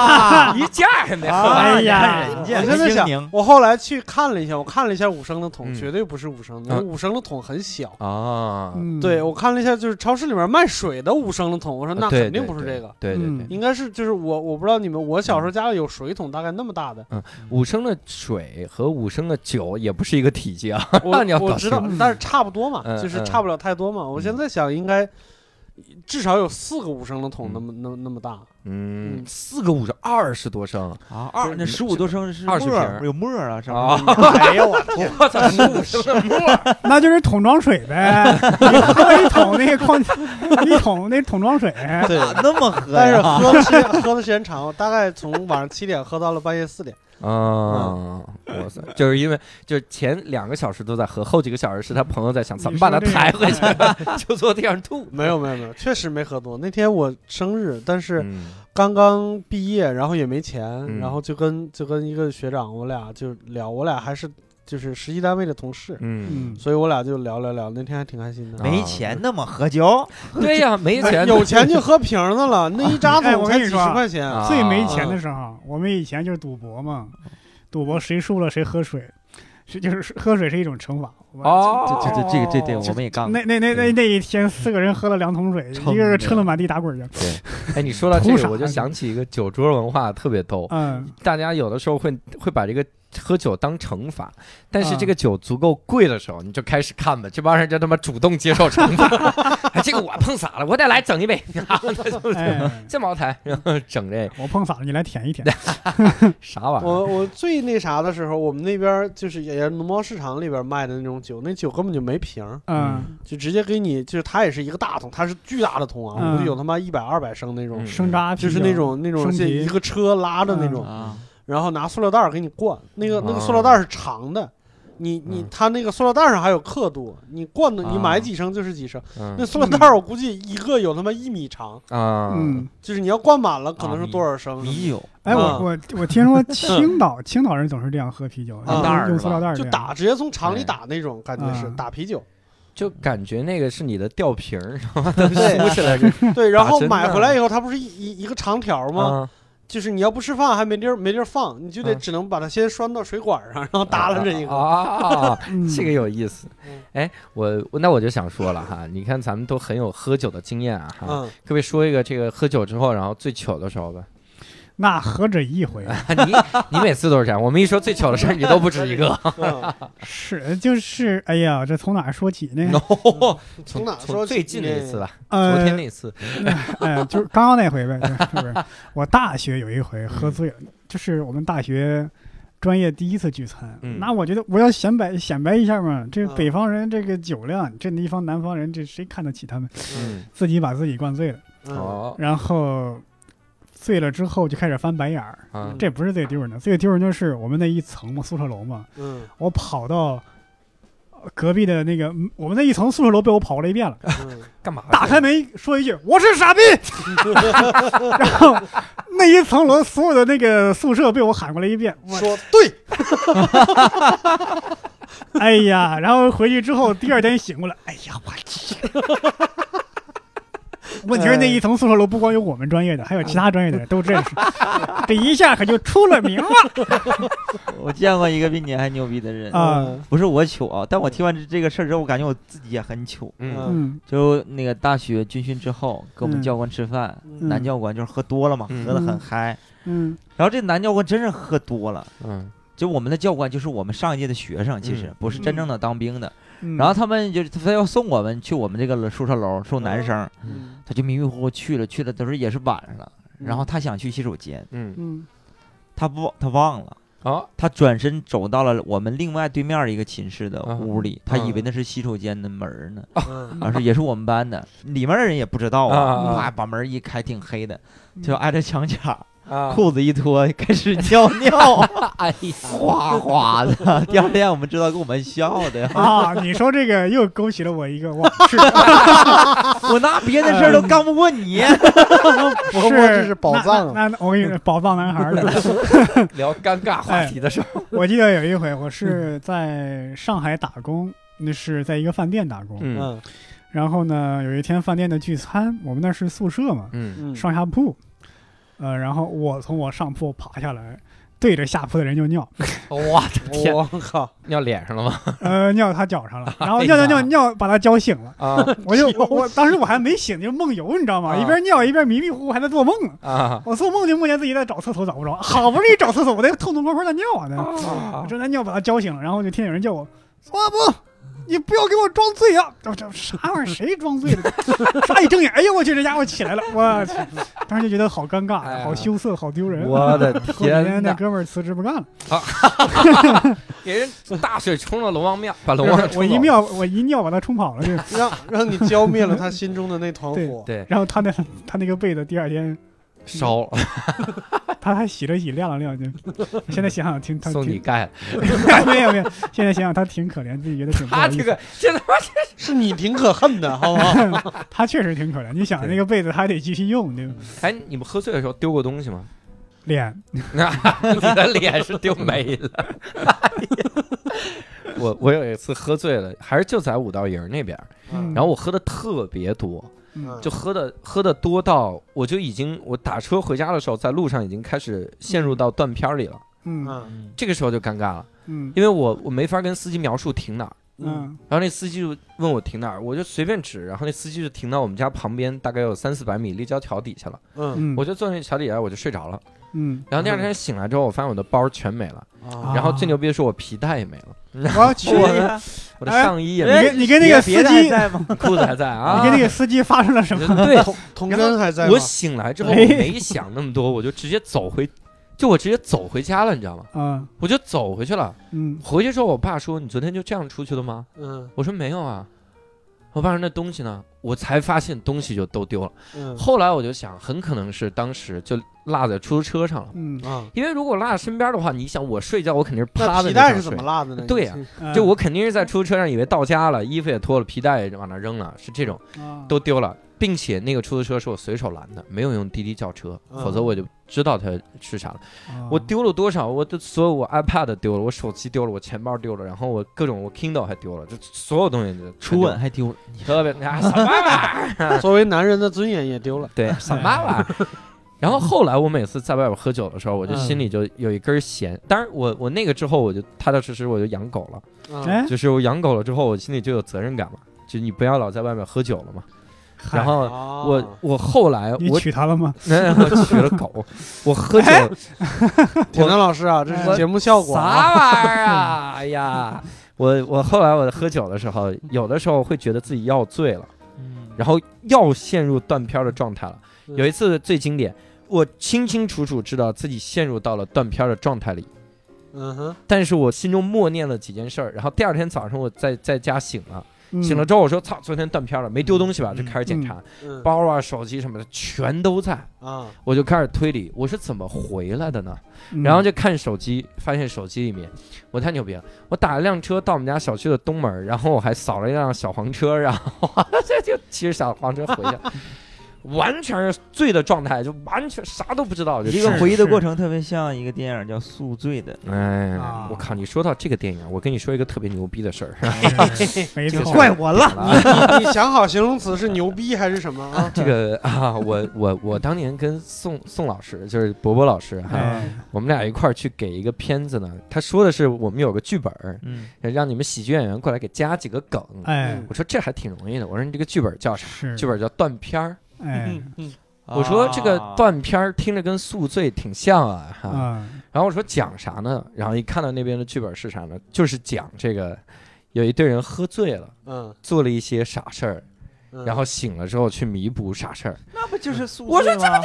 一件儿也没喝完。
哎呀
*laughs*
人家
我真的
精
想
明，
我后来去看了一下，我看了一下五升的桶，
嗯
绝对不是五升的，
嗯
五升的桶很小。
啊，
嗯
对，我看了一下，就是超市里面卖水的五升的桶，我说那
啊对嗯
肯定不是这个，，
对对对对
嗯
对，
应该是就是我我不知道你们，我小时候家里有水桶，大概那么大
*laughs*
的，
五升的水和五升的酒也不是一个体积啊。
我
你要
我
搞
知
清
道
楚，
但是差不多嘛，
嗯
就是
嗯
差不了太多嘛。我现在想应该至少有四个五升的桶
嗯
那么那么那么大，
嗯
嗯，
四个五升，二十多升，
啊，二那
就是
十五多升是
20
沫儿
瓶儿
有沫儿啊，上
啊
面
*laughs*
哎呦我天，
我操，
*laughs*
十五升的沫儿，
那就是桶装水呗，一桶那个矿，一桶那桶装水，
对，那么喝
但是
呀？
喝的时间喝的时间长，我大概从晚上七点喝到了半夜四点。
*laughs* 啊！哇塞，就是因为就是前两个小时都在喝，后几个小时是他朋友在想怎么
你
把
说
他
这个哎
抬回去，
啊
就坐地上吐。
*laughs* 没有没有没有，确实没喝多。那天我生日，但是
*laughs* 嗯
刚刚毕业，然后也没钱，
嗯
然后就跟就跟一个学长，我俩就聊，我俩还是就是实习单位的同事，
嗯
*laughs* 嗯，
所以我俩就聊聊聊，那天还挺开心的。
没钱那么喝酒，
*laughs* 对呀，没
哎
钱
有钱就喝瓶儿的了，
*laughs*
那一扎
哎
桶
我
才
跟你
几十
说啊
块钱。
啊
*laughs* 最没钱的时候，我们以前就是赌博嘛，赌博谁输了谁喝水，是就是喝水是一种惩罚。我
哦，
这这这这个这对
对
我们也干过
那。那那那那一天，四个人喝了两桶水，
撑
一个个撑得满地打滚去。
哎，你说到这
图
个，
啥
我就想起一个酒桌文化特别逗， *laughs*
嗯，
大家有的时候会会把这个。喝酒当惩罚，但是
啊
这个酒足够贵的时候，你就开始看吧，这帮人就他妈主动接受惩罚。 *laughs* 哎，这个我碰洒了，我得来整一杯，
哎，
*laughs* 这茅台，然后整这
我碰洒了，你来舔一舔。
啥玩意儿？
*laughs* 我我最那啥的时候，我们那边儿就是也是农贸市场里边儿卖的那种酒，那酒根本就没瓶儿，
嗯，
就直接给你，就是它也是一个大桶，它是巨大的桶啊，
嗯
我估计有他妈一百二百升那种，
嗯
生扎啤
就
酒
是那种那种
生
像
啤
一个车拉的那种，
啊，
然后拿塑料袋儿给你灌，那个那
嗯啊
个塑料袋儿是长的。你你
嗯
它那个塑料袋儿上还有刻度，你灌的你
啊
买几升就是几升。那
嗯
塑料袋儿我估计一个有他妈一米长，
啊，
嗯，
就是你要灌满了可
啊
能是
米
多少升？
米酒
哎，
啊
我我我听说青岛青岛人总是这样喝啤酒，
啊
用
袋儿
用
是吧
塑料袋儿
就
这样
打，直接从厂里
哎嗯
打那种感觉是
啊
打啤酒。
就感觉那个是你的吊瓶儿，
*laughs* 对
撸起来是
对，然
打
后
针
买
的
回来以后，它不是一一一个长条吗？
吗？
就是你要不吃饭还没地儿没地儿放，你就得
嗯
只能把它先拴到水管上，然后耷拉着一个。
啊，
嗯
这个有意思
嗯。
哎，我我那我就想说了哈，你看咱们都很有喝酒的经验啊哈，
嗯，
可不可以说一个这个喝酒之后然后最糗的时候吧？
那何止一回，
你你每次都是这样，我们一说最糗的事儿，你都不止一个。
嗯
是就是哎呀，这从哪儿说起呢？
no，
从哪
从
说起
最近的一次吧，
呃，
昨天那次，
*laughs* 哎，就是刚刚那回呗，对是不是？我大学有一回喝醉了，就是我们大学专业第一次聚餐，
嗯
那我觉得我要显摆显摆一下嘛，这
嗯
北方人这个酒量，这一方南方人这谁看得起他们？
嗯，
自己把自己灌醉了，
嗯
哦
然后醉了之后就开始翻白眼儿，
啊，
这不是最丢人的，最丢人就是我们那一层嘛，宿舍楼嘛，
嗯 *laughs*
我跑到。隔壁的那个，嗯我们那一层宿舍楼被我跑过来一遍了。
嗯
干嘛？
打开门说一句“我是傻逼”，然后那一层楼所有的那个宿舍被我喊过来一遍，
嗯，说对，
*laughs*
哎呀，然后回去之后第二天醒过来，哎呀，我去。问题是那一层宿舍楼不光有我们专业的，还有其他专业的人都认识，这一下可就出了名了
我见过一个比你还牛逼的人，
啊！
嗯
不是我糗啊，但我听完这这个事儿之后，我感觉我自己也很糗。
嗯
嗯
就那个大学军训之后，跟我们
嗯
教官吃饭，
嗯
男教官就是喝多了嘛，
嗯
喝得很嗨。
嗯
然后这男教官真是喝多了，
嗯
就我们的教官就是我们上一届的学生，其实
嗯
不是真正的当兵的。
嗯，
然后他们就是他要送我们去我们这个宿舍楼送男生，
嗯
他就迷迷糊糊去了，去了都是也是晚上了。然后
嗯
他想去洗手间，
嗯
嗯
他不他忘了，
啊，
他转身走到了我们另外对面一个寝室的
啊
屋里，他以为
啊
那是洗手间的门儿呢，
嗯
啊，是也是我们班的，里面的人也不知道
啊啊
啊，
啊
啪把门一开，挺黑的，
嗯
就挨着墙角，
啊，
裤子一脱开始尿 *laughs* 尿，
哎呀，
哗哗 *laughs* 的。第二天我们知道给我们笑的，
*laughs* 啊，你说这个又勾起了我一个往
*laughs*
事，
*laughs* 我拿别的事儿都干不过你。
不过这是宝藏啊，
那那那
*laughs*
我跟你说，宝藏男孩儿的。
聊尴尬话题的时候，
我记得有一回，我是
嗯
在上海打工，那是在一个饭店打工。
嗯
嗯
然后呢，有一天饭店的聚餐，我们那是宿舍嘛，
嗯
嗯，
上下铺，呃，然后我从我上铺爬下来，对着下铺的人
*laughs*
就尿，
哇，天，
我靠，
尿脸上了吗？
呃，尿他
*laughs*
脚上了，然后
哎
尿尿
呀
尿尿把他浇醒了，
啊
我就我我当时我还没醒，就梦游，你知道吗？
啊
一边尿一边迷迷糊糊还在做梦呢。
啊
我做梦就梦见自己在找厕所找不着，好不容易找厕所，我在痛痛快快的尿啊，呢，我
啊！
正在尿把他浇醒了，然后我就听有人叫我孙阿伯，你不要给我装醉啊！我这啥玩意儿？谁装醉了？唰一睁眼，哎呦我去，这家伙起来了，我去！当时就觉得好尴
哎
尬，
呀
好羞涩，好丢人。
我的
后几
天
天那
*laughs*
哪！
哥们儿辞职不干了，
给人大水冲了龙王庙，把龙
不
王
是
冲
我一
走
尿我一尿把他冲跑了，这
让让你浇灭了他心中的那团
对
火，
对
然后他那他那个被子第二天
烧
*laughs*
了，
他还洗了洗晾了晾，就 *laughs* 现在想想挺他
送你
挺
盖
*laughs*
了。
没有没有，现在想想他挺可怜，自己觉得挺不好
他
意
这
思。
个现在 *laughs*
是你挺可恨的，好不好？
他确实挺可怜，你想
对
那个被子他还得继续用，对吧？
哎，你们喝醉的时候丢过东西吗？
脸
*laughs* 你的脸是丢没了。哎呀我我有一次喝醉了，还是就在五道营那边儿，
嗯
然后我喝的特别多，
嗯
就喝的喝的多到我就已经我打车回家的时候，在路上已经开始陷入到断片儿里了。
嗯
嗯
这个时候就尴尬了，
嗯
因为我我没法跟司机描述停哪儿，
嗯
然后那司机就问我停哪儿，我就随便指，然后那司机就停到我们家旁边大概有三四百米立交桥底下了，
嗯
嗯，
我就坐那桥底下我就睡着了。
嗯，
然后第二天醒来之后，我发现我的包全没了，
啊
然后最牛逼的是我皮带也没了，
*laughs* 我去，
我
你
的我的上衣也没了，
哎跟你跟那个司
别的
机，
还
你
在吗？
裤子还在啊。
跟
*laughs*
那个司机发生了什么？
对，
童童真还在吗
我？醒来之后我
哎
没想那么多，我就直接走回，就我直接走回家了，你知道吗？
啊
我就走回去了。
嗯
回去之后，我爸说：“你昨天就这样出去的吗
嗯？”
我说：“没有啊。”我爸说：“那东西呢？”我才发现东西就都丢了。
嗯
后来我就想，很可能是当时就落在出租车上了。
嗯，
啊，
因为如果落在身边的话，你想我睡觉，我肯定是趴
那
在
皮
那
带
上
是怎
睡
么落的呢？
对呀
嗯
就我肯定是在出租车上，以为到家了，衣服也脱了，皮带也往那扔了，是这种
啊
都丢了，并且那个出租车是我随手拦的，没有用滴滴叫车，
嗯
否则我就知道它是啥了。
啊
我丢了多少？我的所有我 iPad 丢了，我手机丢了，我钱包丢了，然后我各种我 Kindle 还丢了，就所有东西就
*laughs* 初吻
吻，
还丢了，
特别啊什么玩意儿？
作为男人的尊严也丢了。
*laughs*
对，什么玩意儿？然后后来我每次在外边喝酒的时候，我就
嗯
心里就有一根弦。当然我，我那个之后，我就踏踏实实我就养狗了。
嗯
哎，
*laughs* 就是我养狗了之后，我心里就有责任感嘛，就你不要老在外面喝酒了嘛。
嗨哦
然后
啊
我我后来
你
我
娶哎她了吗？
那 *laughs* 我娶了狗，我喝酒
铁男老师啊，这是
我
节目效果啊。
啥
*laughs*
玩意儿啊？哎呀，我我后来我喝酒的时候，有的时候会觉得自己要醉了，
嗯
然后要陷入断片儿的状态了。
嗯
有一次最经典，我清清楚楚知道自己陷入到了断片儿的状态里，
嗯哼，
但是我心中默念了几件事儿，然后第二天早上我在在家醒了，
嗯
醒了之后我说操，昨天断片儿了，没丢东西吧？
嗯
就开始检查，
嗯
包啊、手机什么的全都在，
啊，
我就开始推理我是怎么回来的呢？
嗯
然后就看手机，发现手机里面我太牛逼了！我打了辆车到我们家小区的东门儿，然后我还扫了一辆小黄车，然后 *laughs* 这就骑着小黄车回去，完全是醉的状态，就完全啥都不知道，就
这个
是
回忆的
是
过程特别像一个电影叫《宿醉》的，
哎
啊，
我靠！你说到这个电影，我跟你说一个特别牛逼的事
*laughs*
儿。
*laughs* 哎没
这个
错，啊
怪
我了。
*laughs*
你想好形容词是牛逼还是什么啊？
这个啊，我我我当年跟宋宋老师，就是博博老师哈、
哎
我们俩一块儿去给一个片子呢。他说的是我们有个剧本儿，
嗯，
让你们喜剧演员过来给加几个梗。
哎
我说这还挺容易的。我说你这个剧本叫啥？
是
剧本叫断片儿。
哎
嗯嗯
我说这个
啊
断片儿听着跟宿醉挺像啊哈。
嗯
*laughs*
啊
然后我说讲啥呢？然后一看到那边的剧本是啥呢？就是讲这个有一队人喝醉了，
嗯
做了一些傻事儿，
嗯
然后醒了之后去弥补啥事儿。
*laughs* 那不就是宿
我
醉
说
吗？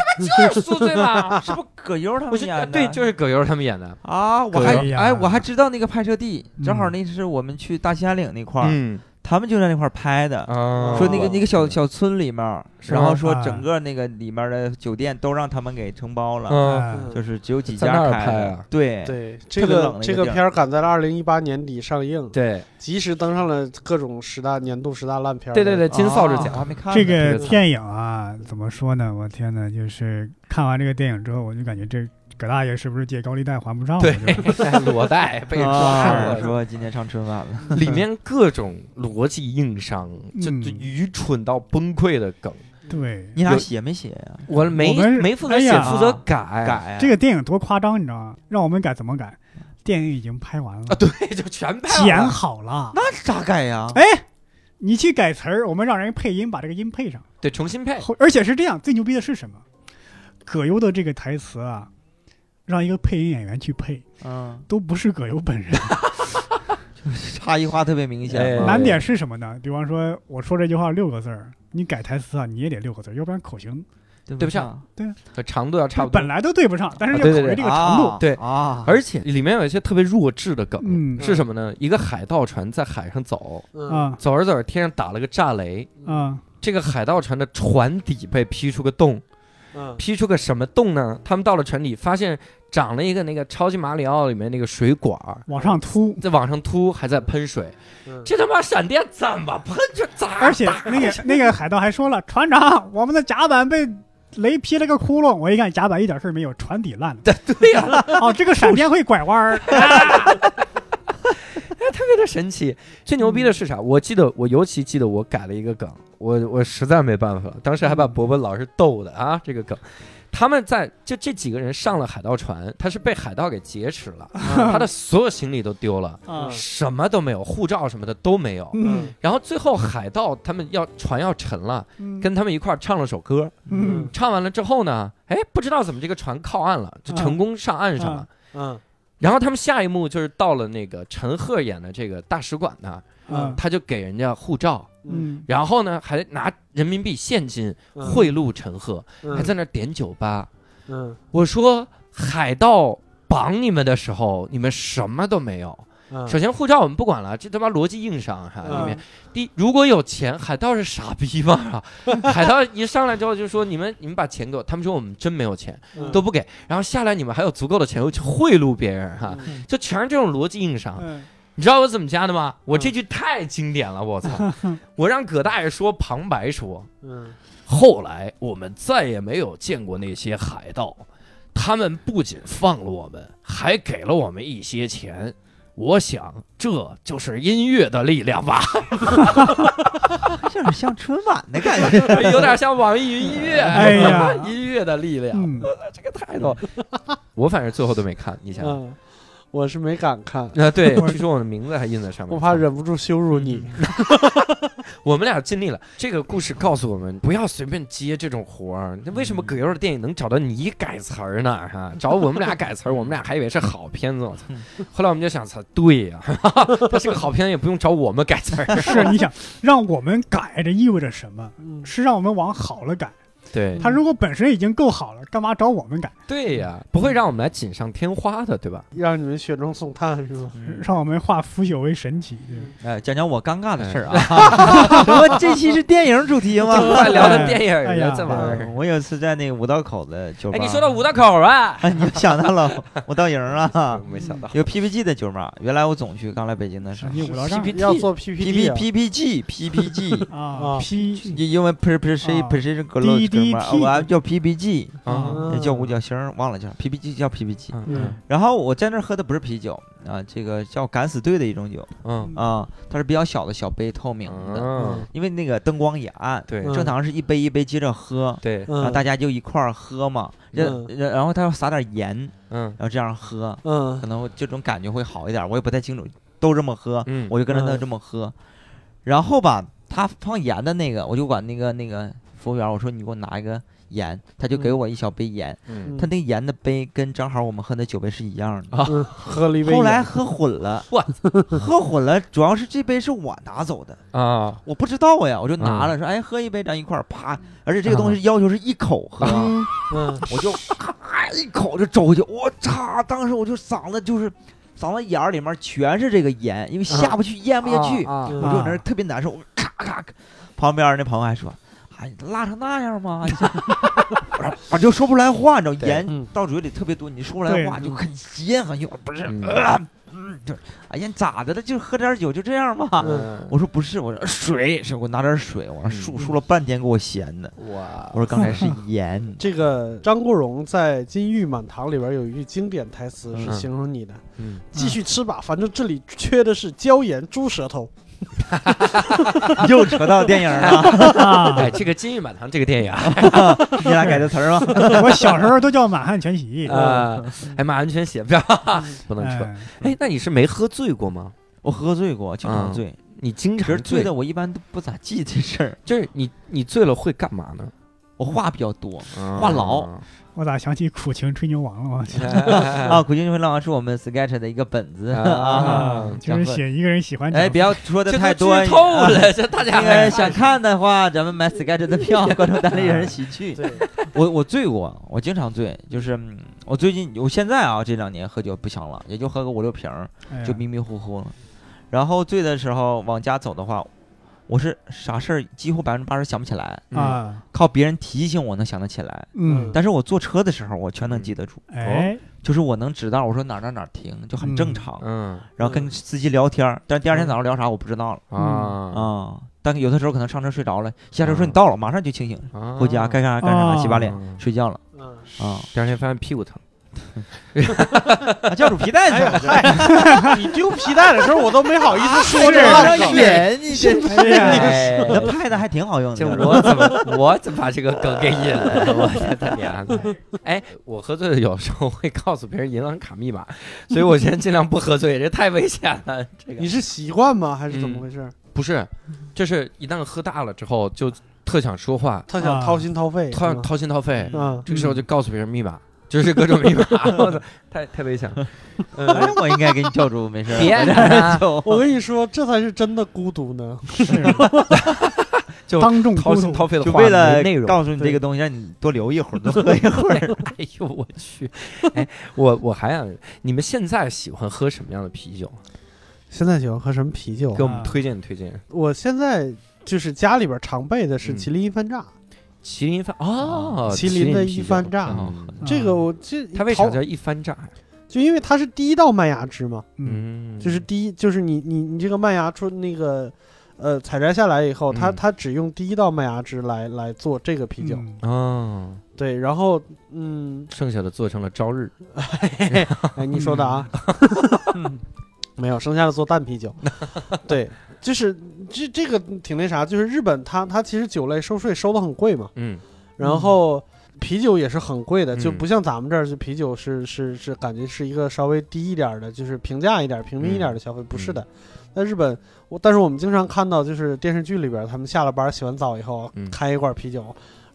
就是宿
*laughs*
*laughs*
醉嘛，
是不是葛优他
*laughs* 我
们
是
演的？
对，就是葛优他们演的。
啊，我
葛
还
优
哎，
呀
我还知道那个拍摄地，正好
嗯
那是我们去大兴安岭那块儿，
嗯
他们就在那块儿拍的。
啊，
说那个那个小小村里面儿，
是
然
吗
后说整
哎
个那个里面的酒店都让他们给承包了，
嗯
哎
就是只有几
在那
家
儿
开
拍
的
啊
对，
对，
特
这
别冷的
个
一个
这个
地儿
片儿赶在二零一八年底上映，
对
及时登上了各种十大年度十大烂片儿。
对对对，金扫帚
啊我还
奖
没看呢
这
这
个
个
电影啊，怎么说呢？我天呐，就是看完这个电影之后，我就感觉这葛大爷是不是借高利贷还不上了？
对
是
*laughs*
吧
裸贷被抓
啊，
了，
说今天上春晚了，
*laughs*
里面各种逻辑硬伤，就就
嗯
愚蠢到崩溃的梗，
对，
*laughs*
你俩
有
写没写呀？
我没
我们
没负责
哎
写，
呀
负责改
改啊呀
这个电影多夸张，你知道吗？让我们改怎么改？电影已经拍完了，
啊对，就全 *laughs* 拍完
剪
了
好了，
那咋改呀？
哎，你去改词儿，我们让人配音把这个音配上，
对，重新配，
后而且是这样。最牛逼的是什么？葛优的这个台词啊，让一个配音演员去配，
嗯，
都不是葛优本人。
差异化特别明显
哎
嘛。
难点是什么呢？比方说，我说这句话六个字儿，你改台词啊，你也得六个字儿，要不然口型
对
啊
对不上，和长度要差不多
本。来都对不上，但是
啊
要
对
考
对
虑
对
这个长度。
对
啊，
而且里面有一些特别弱智的梗，
嗯
是什么呢？一个海盗船在海上走，
嗯，
啊
走着走着天上打了个炸雷，
啊
这个海盗船的船底被劈出个洞，
嗯
劈出个什么洞呢？他们到了船底，发现长了一个那个超级马里奥里面那个水管儿，
往上突，
在往上凸，还在喷水，
嗯，
这他妈闪电怎么喷？这咋？
而且那
*laughs*
个那个海盗还说了，船长，我们的甲板被。雷劈了个窟窿，我一看甲板一点事儿没有，船底烂了。对
对呀、
哦，这个闪电会拐弯儿。
*laughs* 特别的神奇。最牛逼的是啥？我记得，我尤其记得我改了一个梗，我我实在没办法，当时还把伯伯老师逗的啊，这个梗。他们在就这几个人上了海盗船，他是被海盗给劫持 *laughs* 了，
嗯
他的所有行李都丢了，
啊
什么都没有，护照什么的都没有。
嗯
然后最后海盗他们要船要沉了，
嗯
跟他们一块儿唱了首歌，
嗯
唱完了之后呢，哎，不知道怎么这个船靠岸了，就成功上岸上了。
嗯
然后他们下一幕就是到了那个陈赫演的这个大使馆那儿，
嗯
他就给人家护照，
嗯
然后呢还拿人民币现金
嗯
贿赂陈赫，
嗯
还在那儿点酒吧。
嗯
我说海盗绑你们的时候，你们什么都没有。
嗯
首先护照我们不管了，这他妈逻辑硬伤哈、
嗯
里面第一如果有钱，海盗是傻逼吗？ *laughs* 海盗一上来之后就说你们你们把钱给我，他们说我们真没有钱，
嗯
都不给。然后下来你们还有足够的钱又去贿赂别人哈、
嗯
就全是这种逻辑硬伤。
嗯
你知道我怎么加的吗？我
嗯
这句太经典了，我操！我让葛大爷说旁白说，
嗯
后来我们再也没有见过那些海盗，他们不仅放了我们，还给了我们一些钱。我想这就是音乐的力量吧，
有点像春晚的感觉。
有点像网易云音乐，
哎呀
*laughs* 音乐的力量，
嗯，
这个太逗。 *laughs* 我反正最后都没看，你想？
嗯，我是没敢看，
啊，对，
我
据说我的名字还印在上面。
我怕忍不住羞辱你。
我们俩尽力了。这个故事告诉我们，不要随便接这种活儿。那为什么葛优的电影能找到你改词儿呢？ *laughs* 哈、找我们俩改词儿，我们俩还以为是好片子。我操！后来我们就想，操，对呀、 *laughs* 他是个好片子，也不用找我们改词
*laughs*
儿。
嗯是你想让我们改，这意味着什么？
嗯
是让我们往好了改。
对
他如果本身已经够好了，干嘛找我们改？
对呀、不会让我们来锦上添花的，对吧？
让你们雪中送炭是吗？
让我们化腐朽为神奇。对
嗯
吧
*laughs* 哎，讲讲我尴尬的事儿啊！ *laughs* 我这期是电影主题 *laughs* 吗？
快聊的电影儿，
哎呀
这玩意
嗯 *laughs*
儿。
我有一次在那个五道口的酒吧，
哎，你说到五道口啊？
*laughs* 哎，你又想到了五道营啊，
没想到
有 PPG 的酒吧。原来我总去，刚来北京的时候
神奇五道杠
PPT
要做
，P
PPT
P
啊
P P G P P G，
啊
啊
*laughs* ，P
因为 pre pre pre pre 哥
滴滴
哥们儿，
P
啊我还叫 P P G，
啊，
也叫五角星儿，忘了叫 P P G 叫 P P G。
嗯
然后我在那儿喝的不是啤酒啊，这个叫敢死队的一种酒
嗯
啊，它是比较小的小杯，透明的，
嗯，
因为那个灯光也暗，
对
嗯
正常是一杯一杯接着喝，
对，
然后
嗯
大家就一块儿喝嘛，然
嗯
然然后他要撒点盐，
嗯
然后这样喝，
嗯
可能我这种感觉会好一点，我也不太清楚，都这么喝，
嗯，
我就跟着他
嗯
这么喝，然后吧，他放盐的那个，我就管那个那个服务员我说你给我拿一个盐，他就给我一小杯盐，
嗯，
他那盐的杯跟正好我们喝的酒杯是一样的。
啊，
嗯喝了一杯
后
酒，
来喝混了
我
*laughs* 喝混了，主要是这杯是我拿走的，
啊，
我不知道呀，我就拿了，说哎喝一杯咱一块儿，啪，而且这个东西要求是一口喝，
啊
啊
嗯嗯
我就咔一口就周回去，我擦！当时我就嗓子就是嗓子眼儿里面全是这个盐，因为下不去，咽不下去，
嗯啊
我就在那 *laughs* 儿特别难受，我咔咔。旁边儿那朋友还说：“哎，你辣成那样吗？” *laughs* 哎我说我就说不出来话，你知道
对
盐
嗯
到嘴里特别多，你说不出来话
对
就很咸很硬，不是，
嗯
呃嗯，就是哎呀，你咋的了？就喝点儿酒就这样吧。
嗯
我说不是，我说水，是我拿点儿水，我说
嗯
数数了半天给我咸的，
哇
我说刚才是盐，
*laughs*
这个张国荣在《金玉满堂》里边有一句经典台词是
嗯
形容你的：“
嗯，
继续吃吧，反正这里缺的是椒盐猪
*laughs*
舌头。
又扯到电影儿了，
哎，
啊！
这个《金玉满堂》这个电影啊，
*laughs* 你俩改的词儿吗？
*laughs*
哎我小时候都叫满汉全席，
啊还卖安全鞋，不要
嗯
*laughs* 不能扯。
哎
哎，那你是没喝醉过吗？
我喝醉过，经常醉。
你嗯经
其
常
实醉的我一般都不咋记这事儿，
就是你你醉了会干嘛呢？
我话比较多
话
话痨
我咋想起苦情吹牛王了？我去，
哎
啊。苦情回浪是我们 Sketch 的一个本子啊。
啊
就是写一个人喜欢讲
哎，不要说的
这
太
太
多。
剧透
啊
了，这大家
那个想看的话，咱们买 Sketch 的票，观众单立
*laughs*
人喜剧。
对，
我我醉过，我经常醉，就是嗯我最近我现在啊这两年喝酒不行了，也就喝个五六瓶儿
哎
嗯
呀
就迷迷糊糊了。然后醉的时候往家走的话，我是啥事儿几乎百分之八十想不起来，
啊，
靠别人提醒我能想得起来。
嗯，
但是我坐车的时候，我全能记得住，哦
哎，
就是我能知道，我说哪儿哪儿哪儿停，就很正常。
嗯
然后跟司机聊天儿，但第二天早上聊啥我不知道了啊、
啊
但有的时候可能上车睡着了，下车说
嗯
你到了，马上就清醒，
啊
回家该干啥干啥，
啊
洗把脸
嗯
睡觉了
*laughs*
嗯，
啊。
第二天发现屁股
*laughs*
疼，
啊教主皮带去了，哎这 *laughs*
你丢皮带的时候我都没好意思说这
往上
话。
引啊你这
哎呀，
哎
你的拍的还挺好用
这
的。
我怎么我怎么把这个梗给引来了？我的
*laughs*
他娘的！哎，我喝醉了，有时候会告诉别人银行卡密码，所以我现在尽量不喝醉，这太危险了。这个
*laughs* 你是习惯吗？还是怎么回事？
不是，就是一旦喝大了之后，就特想说话，
他想掏心掏肺，
掏
是吗
掏心掏肺，
嗯，
这个时候就告诉别人密码， *laughs* 就是各种密码， *laughs* 我操，太太危险
*laughs*
了。呃
哎我应该跟教主没事儿。
别
*laughs* 我
啊
就
我跟你说，这才是真的孤独呢。
是
啊
*laughs*
就
当众
掏
孤
心
独
掏肺的
就
话
为了
没内容。
告诉你这个东西，让你多留一会儿，多喝一会儿。
*laughs* 哎呦我去！哎，我我还想，你们现在喜欢喝什么样的啤酒？
现在喜欢喝什么啤酒
给
啊？
我们推荐推荐。
我现在就是家里边常备的是
嗯
麒麟一番榨，
麒麟番哦，
啊麒麟的
啤
一
酒
番炸
嗯
嗯
这个我这
它为啥
淘
叫一番炸呀？
就因为它是第一道麦芽汁嘛，
嗯
嗯，
就是第一，就是你你你这个麦芽出那个，呃，采摘下来以后，它
嗯
它只用第一道麦芽汁来来做这个啤酒，
嗯
哦，，
对，然后嗯
*laughs* 剩下的做成了朝日。
哎，你说的啊，
嗯
*laughs*
嗯
没有，剩下的做
*laughs*
淡啤酒，对，就是这这个挺那啥，就是日本它它其实酒类收税收的很贵嘛，
嗯
然后。啤酒也是很贵的，就
嗯
不像咱们这儿，就啤酒是是是感觉是一个稍微低一点儿的，就是平价一点儿、平民一点儿的消费，不是的。
嗯
那日本，我但是我们经常看到，就是电视剧里边儿，他们下了班儿洗完澡以后，
嗯
开一罐啤酒，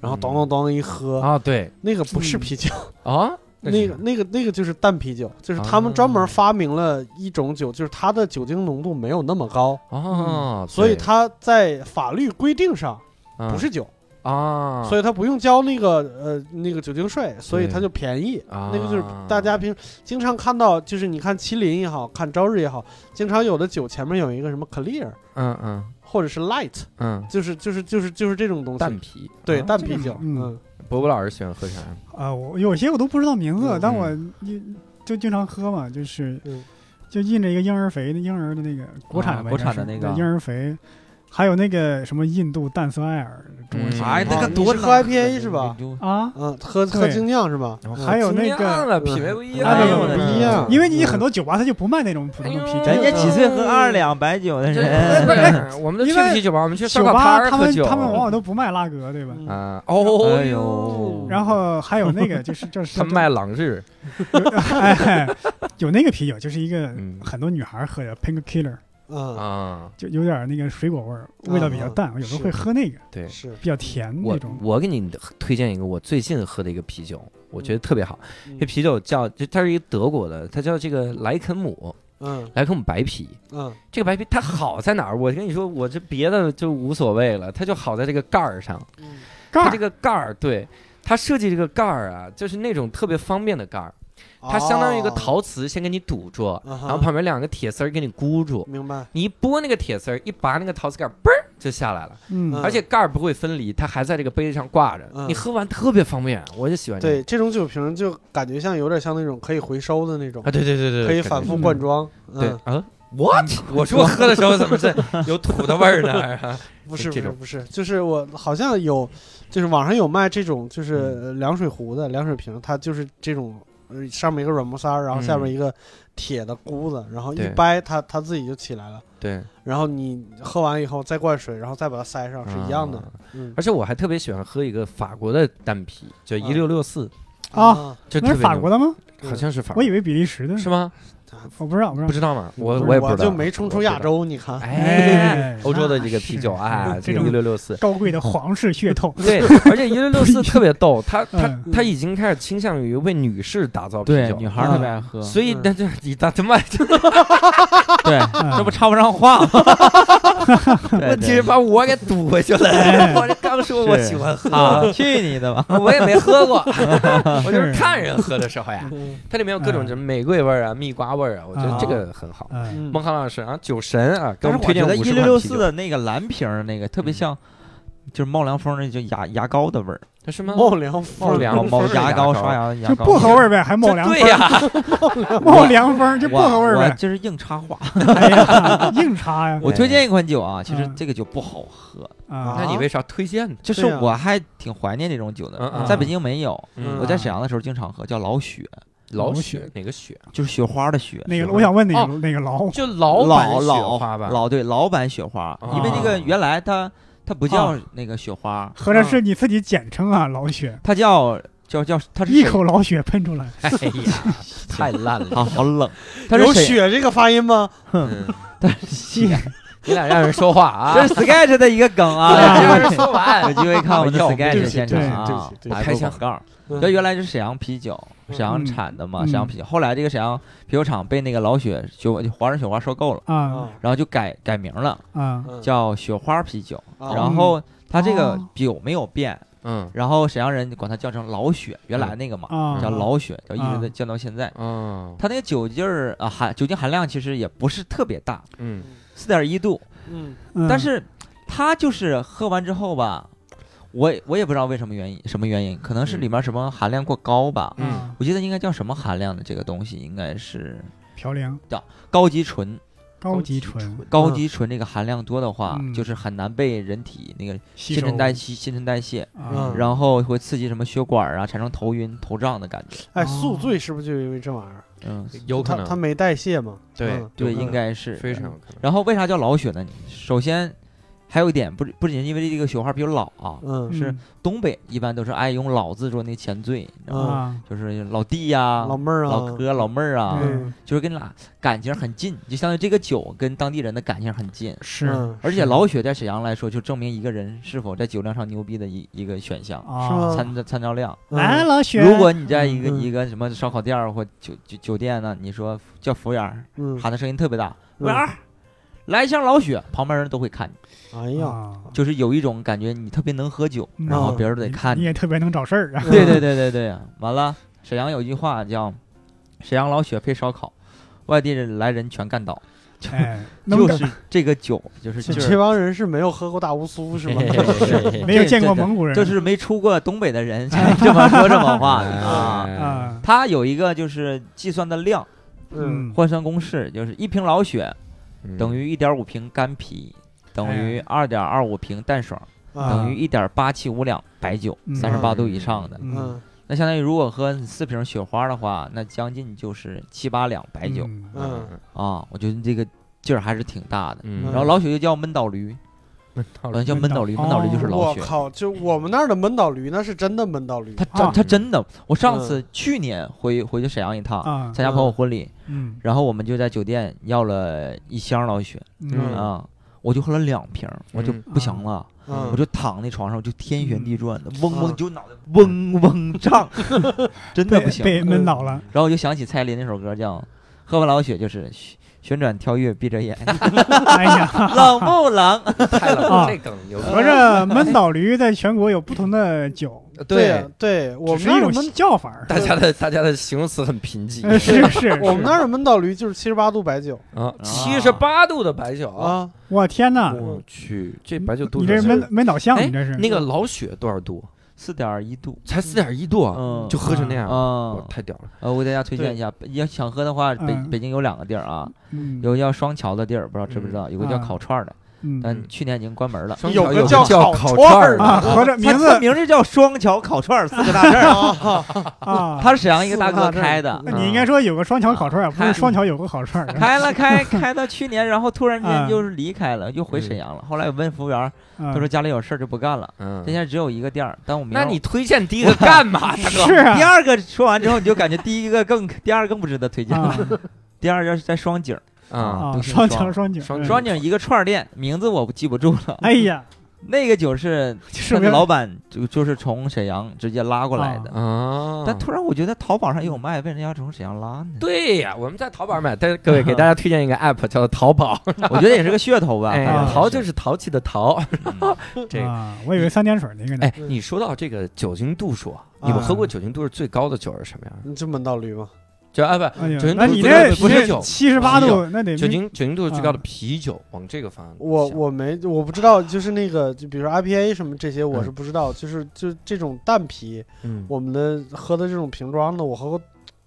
然后咚咚咚一喝，
啊，对
那个不是啤酒，
啊，
呃那个
个
那个那个就是淡啤酒，就是他们专门发明了一种酒，就是它的酒精浓度没有那么高，
哦，
嗯所以
对
它在法律规定上
嗯
不是酒。
啊，
所以他不用交那个呃那个酒精税，所以
对
他就便宜。
啊
那个就是大家平经常看到，就是你看麒麟也好看朝日也好，经常有的酒前面有一个什么 clear
嗯嗯
或者是 light，
嗯，
就是就是就是就是这种东
淡
西。
啤
对，
啊
淡
这
啤
个
酒，
嗯
嗯，
伯伯老师喜欢喝啥？
*laughs* 啊，我有些我都不知道名字
嗯，
但我一就经常喝嘛，就是
嗯
就印着一个婴儿肥的婴儿的那个国产的
啊
吧，
国产
应该是
的那个
对婴儿肥，还有那个什么印度淡色艾尔，中文
嗯
写
哎
的
那个
啊
多
你
难
是喝 IPA 是吧？
啊，
嗯，喝喝
对
精酿是吧？
然后
嗯
还有那
精酿
个
了品味不一样，
哎呦
不一样
因为你很多酒吧它就不卖那种普通的啤酒，
哎
人
呦
家几岁喝二两白酒的
这
人，
不是我们都去
哎因
不
为
起酒吧，我们去烧
酒
烤摊
吧
儿
他
喝
们
酒。
他们往往都不卖拉格，对吧？
嗯
啊，哦
哎
呦
呦，
然后还有
*laughs*
那个就是就是
他们卖朗日，
有哎有那个啤酒，就是一个
嗯
*laughs* 很多女孩喝的 Pink Killer，
嗯，
啊，
就有点那个水果味儿，味道比较淡，我有时候会喝那个，
对，
是，
比较甜那
啊我
种。
我给你推荐一个我最近喝的一个啤酒，我觉得特别好。
嗯
这啤酒叫，就它是一个德国的，它叫这个莱肯姆，
嗯
莱肯姆白啤。
嗯
这个白啤它好在哪儿？我跟你说，我这别的就无所谓了，它就好在这个盖儿上。
嗯
盖
它
儿
这个盖儿，对它设计这个盖儿啊，就是那种特别方便的盖儿，它相当于一个，
哦
陶瓷先给你堵住，
嗯哼
然后旁边两个铁丝儿给你箍住。
明白，
你一拨那个铁丝儿，一拔那个陶瓷盖儿，嘣儿就下来了，
嗯
嗯
而且盖儿不会分离，它还在这个杯子上挂着。
嗯
你喝完特别方便，我就喜欢这
对，
个。
这种酒瓶就感觉像有点像那种可以回收的那种
啊，，对对对对，
可以
对
反复
嗯
灌装，
对
嗯，
啊，what？我 *laughs* 说喝的时候怎么是有土的味儿呢？
不是不
这
是
种
不是，就是我好像有，就是网上有卖这种，就是
嗯
呃凉水壶的凉水瓶，它就是这种，呃上面一个软木塞儿，然后下面
嗯
一个铁的箍子，然后一
对
掰它它自己就起来了。
*laughs* 对，
然后你喝完以后再灌水，然后再把它塞上，是一样的
啊。
嗯
而且我还特别喜欢喝一个法国的单啤，叫一六六四，
啊，
就特
那
别
是法国
的，
的吗？
好像是法国
我以，为比利时的，
是吗？
我不知道，我不知道
不。知道吗？我
不
也
我
不知道，
就没冲出亚洲，你看
我不知道。。哎
哎，
欧洲的这个啤酒
那
啊，
是
这
这
个一
种
六六
*laughs*
四。。
高贵的皇室血
*laughs*
统
对，而且一六六四特别逗，它它
嗯
它已经开始倾向于为女士打造啤
对
酒，
女孩儿
啊
特别爱喝，
所
嗯
以那就你大他妈
对，
嗯
这不插不上话 *laughs* 吗？
问题
对
是把我给堵回去
*laughs*
哎
了。 *laughs* 我这刚说我喜欢
对啊，
喝，
去你的吧！
我也没喝
*laughs*
过，我就是
是
看人喝的时候呀，
嗯
它里面有各种什么玫瑰味儿啊、蜜瓜味儿啊，我觉得这个很好。
嗯，
孟康老师啊，酒神啊，给
但是
我们推
我
荐
觉得
五
一
十
六
款
六
啤
四
酒，
的那个蓝瓶儿那个特别
嗯
像，就是冒凉风那就牙牙膏的味儿，
这是吗？
冒凉
冒
风，
凉
冒冒
风的
牙
牙
膏
膏
刷牙的牙
就
膏，
薄荷味儿呗，还冒凉
对
风，
呀，
*laughs* 冒凉风就薄荷味儿
我我
呗。
就是硬插话。
哎呀， *laughs* 硬插呀！
我推荐一款酒啊，其实
嗯
这个酒不好喝，
啊
那你为啥推荐呢？
就是
对呀
我还挺怀念这种酒的。
嗯
在北京没有，
嗯
我在沈阳的时候经常喝，叫老雪，
老 *laughs*
老
雪
雪
哪个雪？
就是雪花的雪。
那
雪
个，
花
我想问哪个
哦
哪个老
就老版
老
雪
老
花吧，
老对老版雪花，因为那
啊
个原来它它不叫那个雪花，
合着是你自己简称啊，老雪，
它叫叫叫它是
一
沈
口老血喷出来，
*laughs*
哎呀， *laughs* 太烂了。
啊，好冷，它是
有
沈
雪这个发音吗？
嗯
它是雪，
嗯
你俩让人说话 *laughs* 啊！
这是 Sketch 的一个梗
这
啊
让。人说
有
完，
机会看我们的
哎呦
Sketch 现场
对不
啊
起对不起对不起对不起，
打
开
个
箱
广告。
嗯
这原来是沈阳啤酒，沈阳
嗯
产的嘛，
嗯
沈阳啤酒。后来这个沈阳啤酒厂被那个老雪雪华人雪花收购了，
啊
啊
然后就改改名了，
啊
嗯
叫雪花啤酒。
啊
然后它这个
哦
酒没有变，
嗯
然后沈阳人管它叫成老雪，原来那个嘛、
啊！
叫老雪，叫一
啊
直在叫到现在。
嗯
它那个酒劲儿啊含酒精含量其实也不是特别大，
嗯，
四点一度，
嗯
嗯，
但是它就是喝完之后吧，我也我也不知道为什么原因，什么原因，可能是
嗯
里面什么含量过高吧。
啊，
我记得应该叫什么含量的这个东西，应该是
嘌呤
高级醇。
高级醇
高级醇这个含量多的话，
嗯
就是很难被人体那个
新
新陈代谢、新陈代谢，
啊
嗯
然后会刺激什么血管啊，产生头晕、头胀的感觉。
哎，宿
哦
醉是不是就因为这玩意儿？
嗯，
有可
它它
能，
没代谢嘛？
对
嗯
对，
有可
应
能
该是
非常有可能。
然后为啥叫老雪呢？首先，还有一点，不是不仅因为这个雪花比较老啊，
嗯
是东北一般都是爱用“老”字做那前缀，你知道吗？
啊
就是老弟呀、
嗯老妹儿啊，
老哥、老妹儿啊，
嗯
就是跟你俩感情很近，就相当于这个酒跟当地人的感情很近。
是
嗯
而且老雪在沈阳来说，就证明一个人是否在酒量上牛逼的一一个选项，
哦
啊，
参参照量。
来老雪，
嗯如果你在一个
嗯
一个什么烧烤店儿或酒酒酒店呢，你说叫服务员儿
嗯，
喊的声音特别大，服务
嗯
员儿来一箱老雪，旁边人都会看你。
哎呀，
啊
就是有一种感觉，你特别能喝酒，然后
嗯
别人都得看
你
你。
也特别能找事儿啊，
对对对对对，完了，沈阳有句话叫“沈阳老雪配烧烤”，外地人来人全干倒，就
哎，能
就是这个酒，就是
这
劲
这
儿，
帮人是没有喝过大乌苏是
哎
吗？
没有见过
这这
蒙古人，
就是没出过东北的人才这么说这么
哎 *laughs*
话的啊。
啊，
啊，
它有一个就是计算的量，
嗯，
嗯，
换算公式就是一瓶老雪等
于
于一点五瓶干啤，等于
哎
二点二五瓶淡爽，
啊
等于一点八七五两白酒，
嗯
三十八度以上的。
嗯
嗯
那相当于如果喝四瓶雪花的话，那将近就是七八两白酒、
嗯
嗯
啊，我觉得这个劲儿还是挺大的。
嗯哦
然后老雪又叫闷倒驴，
闷到
嗯，
了，
叫闷倒驴，闷倒驴就是老
哦我
雪。
靠！就我们那儿的闷倒驴，那是真的闷倒驴。
他真
啊
他真的，我上次去年回回去沈阳一趟，
啊，
参加朋友婚礼，
嗯
然后我们就在酒店要了一箱老雪
嗯
嗯
啊，我就喝了两瓶，我就
嗯
不行了，
嗯
我就躺那床上，我就天旋地转
嗯
的，嗡
啊
嗡，就脑袋嗡嗡胀，
*laughs*
真的
被
不行。嗯
被闷
*laughs*
倒了，
然后我就想起蔡依林那首歌叫《喝完老雪》，就是旋旋转跳跃，闭
*laughs*
着眼，
哎呀，
冷不冷？
太冷，
啊
这梗牛逼。
合着闷倒驴在全国有不同的酒，
对
呃对啊
呀，对，我
只
们
是
那
一
儿的
种
闷，
叫法儿。
大家的大家的形容词很贫瘠
呃 *laughs* 是是，
我们
是
那儿的闷倒驴就是七十八度白酒
啊，七十八度的白酒，
啊，
我天哪，
我去，这白酒度
你
数
这
是
闷闷倒象，
哎
你这是
那个老雪多少度？
四点一度，
才四点一度啊，
嗯，
就喝成那样，
啊，
哇太屌了！
呃，我给大家推荐一下，要想喝的话，北
嗯
北京有两个地儿啊，
嗯
有个叫双桥的地儿，不知道知不知道，有个叫
啊
烤串儿的，
嗯
但去年已经关门了。
双
有
桥
个
有
叫
叫
烤
烤
串
串
儿
儿
的
的，
啊，合着名
它
字
它名字叫双桥烤串儿四个
*laughs*
大字儿，
啊，
它是沈阳一个大哥开的，
那你应该说有个双桥烤串儿，不
开
是双桥有个烤串
*laughs*
儿。
开了开开到去年，然后突然间
嗯
就是离开了，又回沈阳了。后来我问服务员，
他
他说家里有事儿就不干了，
嗯
现在只有一个店儿，但我明
那
儿
你推荐第一 *laughs* 个干嘛，大哥？
是啊
第二个说完之后，你就感觉第一个更，第二个更不值得推荐。
啊
嗯
*laughs* 第二要是在双井儿，
啊，
啊，
都姓
双
双
桥双井，
双
嗯
双井一个串儿店，名字我记不住了。
嗯
哎呀，
那个酒是
是
那
不
个
是
老板就就是从沈阳直接拉过来的，
啊，
但突然我觉得淘宝上也有卖，为什么要从沈阳拉呢？
对呀，我们在淘宝上买，但是各位给大家推荐一个 app 叫淘宝， *laughs*
我觉得也是个噱头吧。
嗯哎
反正
啊
淘就是淘气的淘。
嗯
这个
啊，我以为三点水那个呢
*laughs* 哎，你说到这个酒精度数啊，你们喝过酒精度数最高的酒是什么样的？
你这嗯闷倒驴吗？
就啊不，
哎呀
酒精，
那
度
你
数
这
不是酒
七十八
啤酒
度，那得
酒精酒精度数最高的啤酒，往这个方向想。
我我没我不知道，就是那个就比如说 IPA 什么这些我是
嗯
不知道，就是就这种淡啤，
嗯
我们的喝的这种瓶装的，我喝过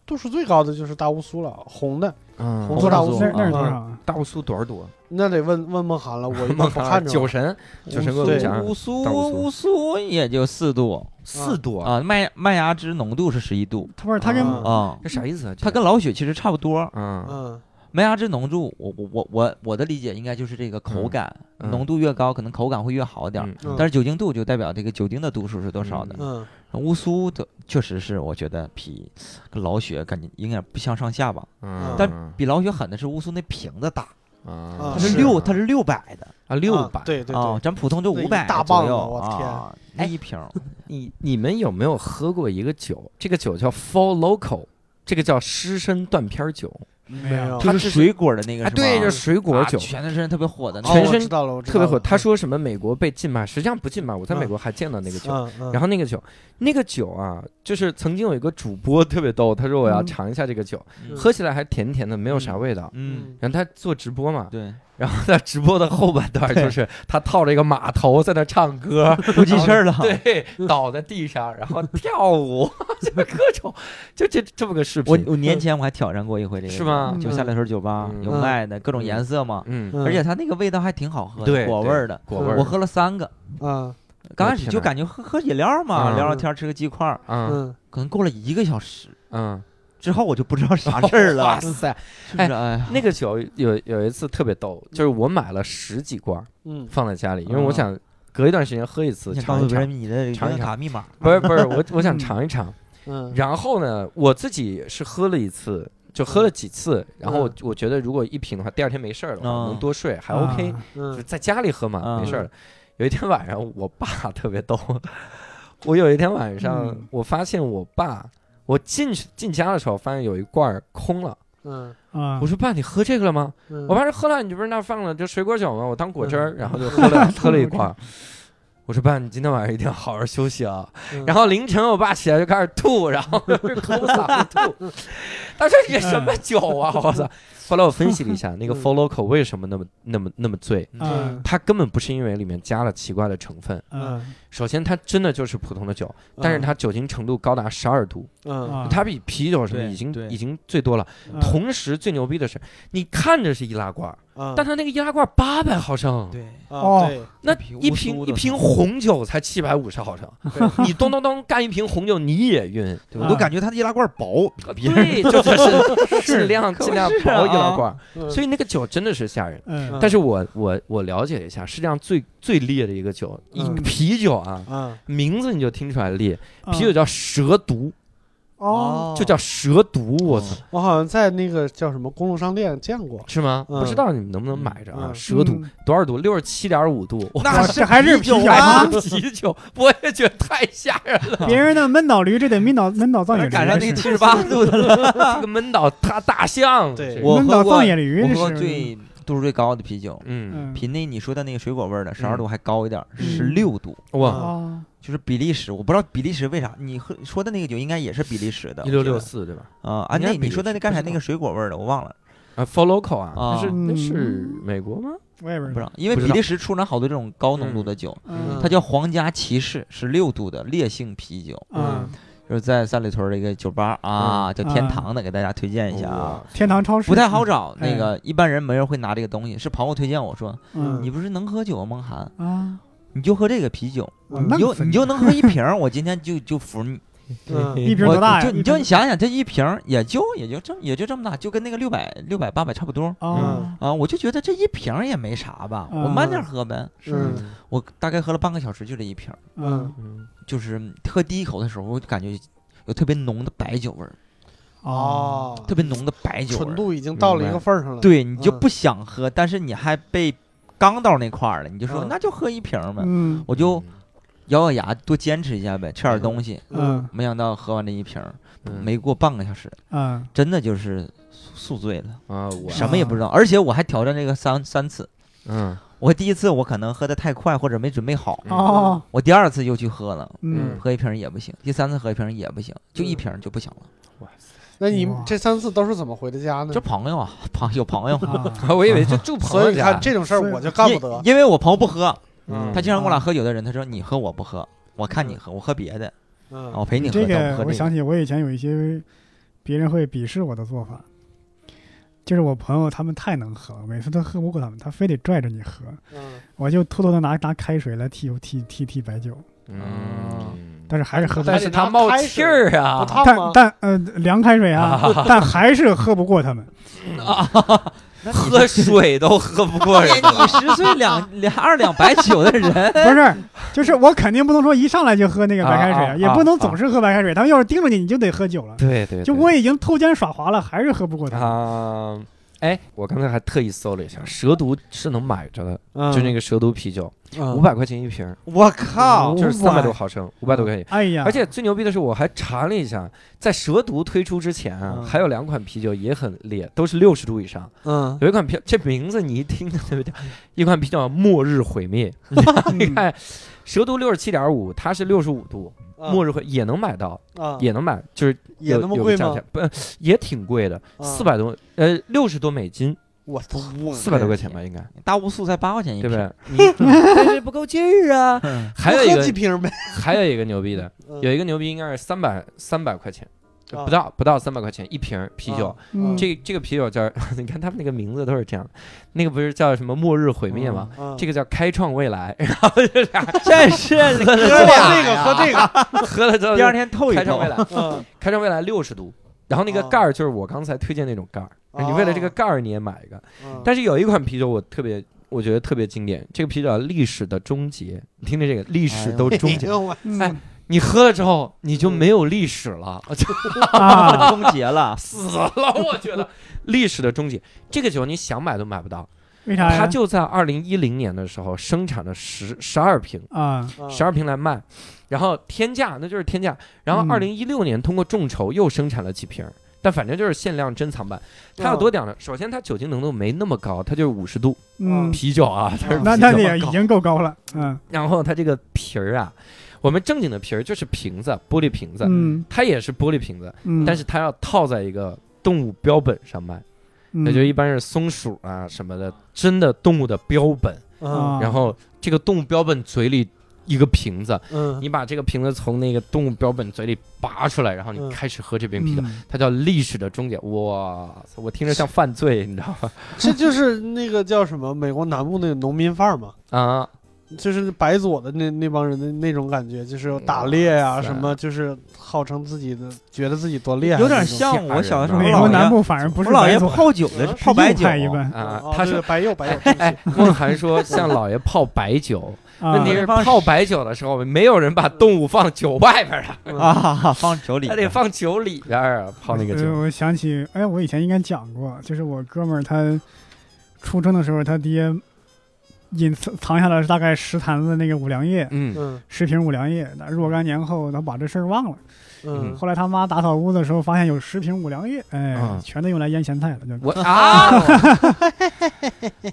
度数最高的就是大乌苏了，红的，
嗯
红色大乌苏
那那是多
啊
少啊？
大乌苏多少度啊？
那得问问孟涵了，我一
*laughs*
般
孟
不
涵
看着
啊
啊
酒
了。
神，酒神给我
对
们讲
乌苏
大乌苏
乌苏也就四度
四度啊，
嗯
啊，麦麦芽汁浓度是十一度
他不是他跟
啊
啊，
这啥意思啊？
它跟老雪其实差不多。
嗯
嗯，
麦芽汁浓度，我我我我我的理解应该就是这个口感，
嗯嗯
浓度越高，可能口感会越好点儿。
嗯
嗯
但是酒精度就代表这个酒精的度数是多少的。
嗯
乌苏的确实是，我觉得比跟老雪感觉应该不相上下吧。
嗯，
但比老雪狠的是乌苏那瓶子大，
啊
它
嗯是
是六，它是六百的
啊六
啊
百。
对对
啊
对，，
咱普通就
那
五
一
百
大
左
棒子
右
我天
啊，
哎
那一瓶儿
你你们有没有喝过一个酒？这个酒叫 Four Local，这个叫湿身断片酒。
没有
啊
它
它
是
只是
水果的那个
啊，
是
对，
吧
这水果
啊
酒。
全身特别火的那
全
个。
哦我
身
知道了，我知道
特别火。
了
他，说什么美国被禁骂，实际上不禁骂。我在美
嗯
国还见到那个酒，
嗯嗯，
然后那个酒，那个酒啊，就是曾经有一个主播特别逗，他说我要
嗯
尝一下这个酒，
嗯
喝起来还甜甜的，没有啥
嗯
味道。
嗯，
然后他做直播嘛，
对，
然后在直播的后半段就是他套着一个马头在那唱
*laughs*
歌，
不记事儿了。
对，倒在地上，然后跳舞， *laughs* 就是各种，就这这么个视
我
频。
我年前我还挑战过一回这个，
是吗
就下来头酒吧
嗯
有
嗯
卖的各种颜色嘛，
嗯，
嗯
而且它那个味道还挺好喝的，
对
果味儿的。
果味儿，
我喝了三个，
嗯
刚
我
开始
天
就
哪
感觉喝喝饮料嘛，
嗯
聊聊天儿吃个鸡块儿，
嗯
嗯，
可能过了一个小时
嗯，
之后，我就不知道啥事儿了 *laughs*
哇，塞，
是不是？哎
*laughs*
呀，
那个酒有有一次特别逗，就是我买了十几罐儿
嗯
放在家里，因为我想隔一段时间喝一次，
你想告诉
尝一
别
尝。
人你的银
尝一
行
尝
卡密码？
不是不是，我我想尝一尝。
嗯，
然后呢，我自己是喝了一次，就
嗯
喝了几次，然后我
嗯
我觉得如果一瓶的话，第二天没事儿了，
嗯
我能多睡，还 OK，、
啊
就
嗯
在家里喝嘛，
嗯
没事儿了。有一天晚上，我爸 *laughs* 特别逗，我有一天晚上
嗯，
我发现我爸。我进去进家的时候，发现有一罐儿空了。
嗯
啊
我，说：“爸，你喝这个了吗？”
嗯，
我爸说喝了，你这不是那儿放了这水果酒吗？我当果汁儿，然后就喝
*laughs*
了喝了一罐儿。我说爸，你今天晚上一定要好好休息啊。
嗯
然后凌晨我爸起来就开始吐，然后
*laughs*
就是抠
嗯
嗓子吐。他说你这什么酒啊！我
*laughs*
操！后来我分析了一下，那个
嗯
f o l l o c o 为什么那么那么那么醉，
嗯
它根本不是因为里面加了奇怪的成分。
嗯
首先，它真的就是普通的酒，
嗯
但是它酒精程度高达十二度，
嗯
啊，
它比啤酒什么
对
已经
对
已经最多了。
嗯
同时，最牛逼的是，你看着是易拉罐儿，
啊，
但他那个易拉罐八百毫升，
嗯对，
啊
哦
对，
那
一
一
瓶乌苏
瓶
的
一瓶红酒才七百五十
*laughs*
毫升，
对
*laughs* 你咚咚咚干一瓶红酒你也晕，
对我都
啊
感觉他的易拉罐薄，比别人
对，就就是尽量尽量
可不是啊
薄易拉罐，
嗯
所以那个酒真的是吓人。
嗯
但是我我我了解了一下，世界上最最烈的一个酒，一
嗯
啤酒啊，
啊，
名字你就听出来烈，
嗯
啤酒叫蛇毒，
啊
哦，
就叫蛇毒，
哦
我操，
我好像在那个叫什么公路商店见过，
是吗？
嗯
不知道你们能不能买着啊？
嗯
蛇毒
嗯
多少度？六十七点五度，哇
那
哇
是
这还是
啤酒
啤酒
啊
吗？
啤酒，我也觉得太吓人了。
别人的闷倒驴，这得闷倒闷倒藏野驴，
赶上那个
这是
*laughs* 七十八度的了。
*laughs* 这个闷倒大大象，
对
这个
我
闷
喝
倒
过
藏野驴，
我
这
喝
是
过最度数最高的啤酒，
嗯，
嗯
比那你说的那个水果味儿的十
嗯
二度还高一点儿，
嗯
十六度，
哇，
哦，
就是比利时。我不知道比利时为啥，你喝说的那个酒应该也是比利时的
一六六四对吧？
啊啊！
应该
那
是比
你
利
说的
时
那刚才
不知
那
道
个水果味儿的我忘了，
啊，For Local 啊，
啊
那是那是
嗯
美国吗？
我也不
不
知
知
道，
道，因为
嗯不知
比
道
利时出产好多这种高浓度的酒，
嗯
它叫皇家骑士，十六度的烈性啤酒，
嗯，
就是在三里屯儿的一个酒吧啊，
嗯
叫天堂的，给大家推荐一下啊。
哇，
天堂超市
不太好找，
哎
那个一般人没人会拿这个东西。是朋友推荐我说，
嗯
你不是能喝酒吗？孟涵，
啊，
你就喝这个啤酒，
我
你
愣
就
分
你就能喝一瓶儿，我今天就就服你。
嗯
一瓶多大呀？
我就你就
一
你
瓶
想想，这一瓶儿也就也就这么也就这么大，就跟那个六百六百八百差不多
哦，
啊。我就觉得这一瓶儿也没啥吧，我慢点儿喝呗。
嗯
我大概喝了半个小时，就这一瓶儿，
嗯
嗯
就是喝第一口的时候，我就感觉有特别浓的白酒味儿，
哦，
哦，
特别浓的白酒味
纯
儿。
度已经到了一个份儿上了，
对你就
嗯
不想喝，但是你还被刚到那块儿了，你就说
嗯
那就喝一瓶儿呗。
嗯
我就咬咬牙多坚持一下呗，吃点东西。
嗯
没想到喝完这一瓶儿，
嗯
没过半个小时，
嗯
真的就是宿宿醉了，
啊，我
什么也不知道。而且我还挑战这个三三次。
嗯 *laughs*
我第一次我可能喝的太快或者没准备好，
哦，
我第二次又去喝了，
嗯
喝一瓶儿也不行，第三次喝一瓶儿也不行，就一瓶儿就不行了。
那你
哇
这三次都是怎么回的家呢
这？朋友啊，朋有朋友，
*laughs* 啊
啊，我以为就住朋
所
友
以你
家
看，这种事儿我就干不得
因，因为我朋友不喝，
嗯
他经常跟我俩喝酒的人，他说你喝我不喝，我看你喝，我喝别的，啊
哦
我 *laughs*
嗯
陪你喝，
这
但
个
我不喝
我
这个
想起我以前有一些别人会鄙视我的做法，就是我朋友他们太能喝了，每次都喝不过他们，他非得拽着你喝，
嗯
我就偷偷的拿拿开水来替替替替白酒，
嗯，
但是还是喝不
但
过。
但
是
是
他
他
冒
开
气
始
儿啊
不，烫
但
吗？
但呃凉开水啊， *laughs* 但还是喝不过他们。
那你
喝水都喝不过人
这你十岁两两二两白酒的人，
不是，就是我肯定不能说一上来就喝那个白开水，
啊啊
也不能总是喝白开水。他们要是盯着你，你就得喝酒了。
对对，
就我已经偷奸耍滑了，还是喝不过他。
啊。哎，我刚才还特意搜了一下，蛇毒是能买着的，
嗯
就那个蛇毒啤酒，
嗯
五百块钱一瓶儿，
我靠！
就是
500
三百多毫升，五百多块钱。
哎
嗯
呀，
而且最牛逼的是，我还查了一下，在蛇毒推出之前啊，
嗯
还有两款啤酒也很烈，都是六十度以上。
嗯
有一款啤，这名字你一听就对不对？一款啤酒叫《末日毁
*laughs*
灭》，你
嗯
看，蛇毒六十七点五，它是六十五度，末
日
日会也能买到，
啊
也能买，就是
嗯也
有
那么
有
贵
价
吗啊
钱？不， *laughs* 也挺贵的，四百多，呃，六十多美金，
我操！
四百多块钱吧，应该，
大乌素才八块钱一
对
瓶，
不对？但是不够劲
*laughs*
儿啊！
嗯
还有一
喝几
个，
瓶嗯呗，
还有一个牛逼
*laughs*
的，有一个牛逼应该是三百三百块钱，
啊
不
嗯
到不到三百块钱一瓶啤酒。
嗯
这这个啤酒叫， *laughs* 你看他们那个名字都是这样，那个不是叫什么“末日毁灭”吗？这
个
个叫开创未来，然后就是
这是喝
喝这个喝这个，
喝了之后
*laughs* 第二天透一
开创
透
未，
*laughs*
来，
嗯
开创未来六十度，然后那个
哦
盖儿就是我刚才推荐那种盖儿，
哦
你为了这个盖儿你也买一个。
嗯
*laughs* 但是有一款啤酒我特别，我觉得特别经典，这个啤酒叫历史的终结，你听听这个历史都终
哎
结，
呦我
嗯
哎你喝了之后你就没有历史了，
嗯
*laughs* 就。
啊，
终结了
*laughs*
*laughs*
死了，我觉得历史的终结，这个酒你想买都买不到，
为
哎
啥呀？
它就在二零一零年的时候生产了十十二瓶。
啊，
嗯
十二瓶来卖，然后天价那就是天价。然后
嗯
二零一六年通过众筹又生产了几瓶，但反正就是限量珍藏版。
嗯
它有多屌呢？首先它酒精浓度没那么高，它就是五十度
嗯，
啤酒啊，它是
那
啤
那
酒
也已经够高了。嗯
然后它这个瓶儿啊，我们正经的瓶儿就是瓶子，玻璃瓶子，
嗯
它也是玻璃瓶子，
嗯，
但是它要套在一个动物标本上卖，那就
嗯
一般是松鼠啊什么的，真的动物的标本。
嗯
啊
然后这个动物标本嘴里一个瓶子，
嗯
你把这个瓶子从那个动物标本嘴里拔出来，然后
嗯
你开始喝这瓶啤酒。
嗯
它叫历史的终结，哇塞！我听着像犯罪，你知道吗？
这就是那个叫什么美国南部那个农民范儿嘛，
啊，
就是白左的那那帮人的那种感觉，就是打猎呀、
哇塞
什么，就是号称自己的，觉得自己多厉害，
有点。像我小的时候，
吓
美
人
我
国南
姥爷，
部反而不
我
是
姥
白
爷
左，
泡酒的，
是
泡白
右
酒
派一般
啊，
哦
他
对
是
白
*laughs*
右白右，
哎，梦涵说向老爷泡白酒，
啊
问题是泡白酒的时候，没有人把动物放酒外边啊，
嗯
啊，放酒里
他得放酒里边儿啊，泡那个
呃
酒。
我想起，哎，我以前应该讲过，就是我哥们儿他初中的时候，他爹隐藏藏下了大概十坛子那个五粮液，
嗯
嗯
十瓶五粮液。那若干年后，他把这事儿忘了。
嗯，
后来他妈打扫屋子的时候，发现有十瓶五粮液，哎，
啊
嗯
全都用来腌咸菜了，就
我啊！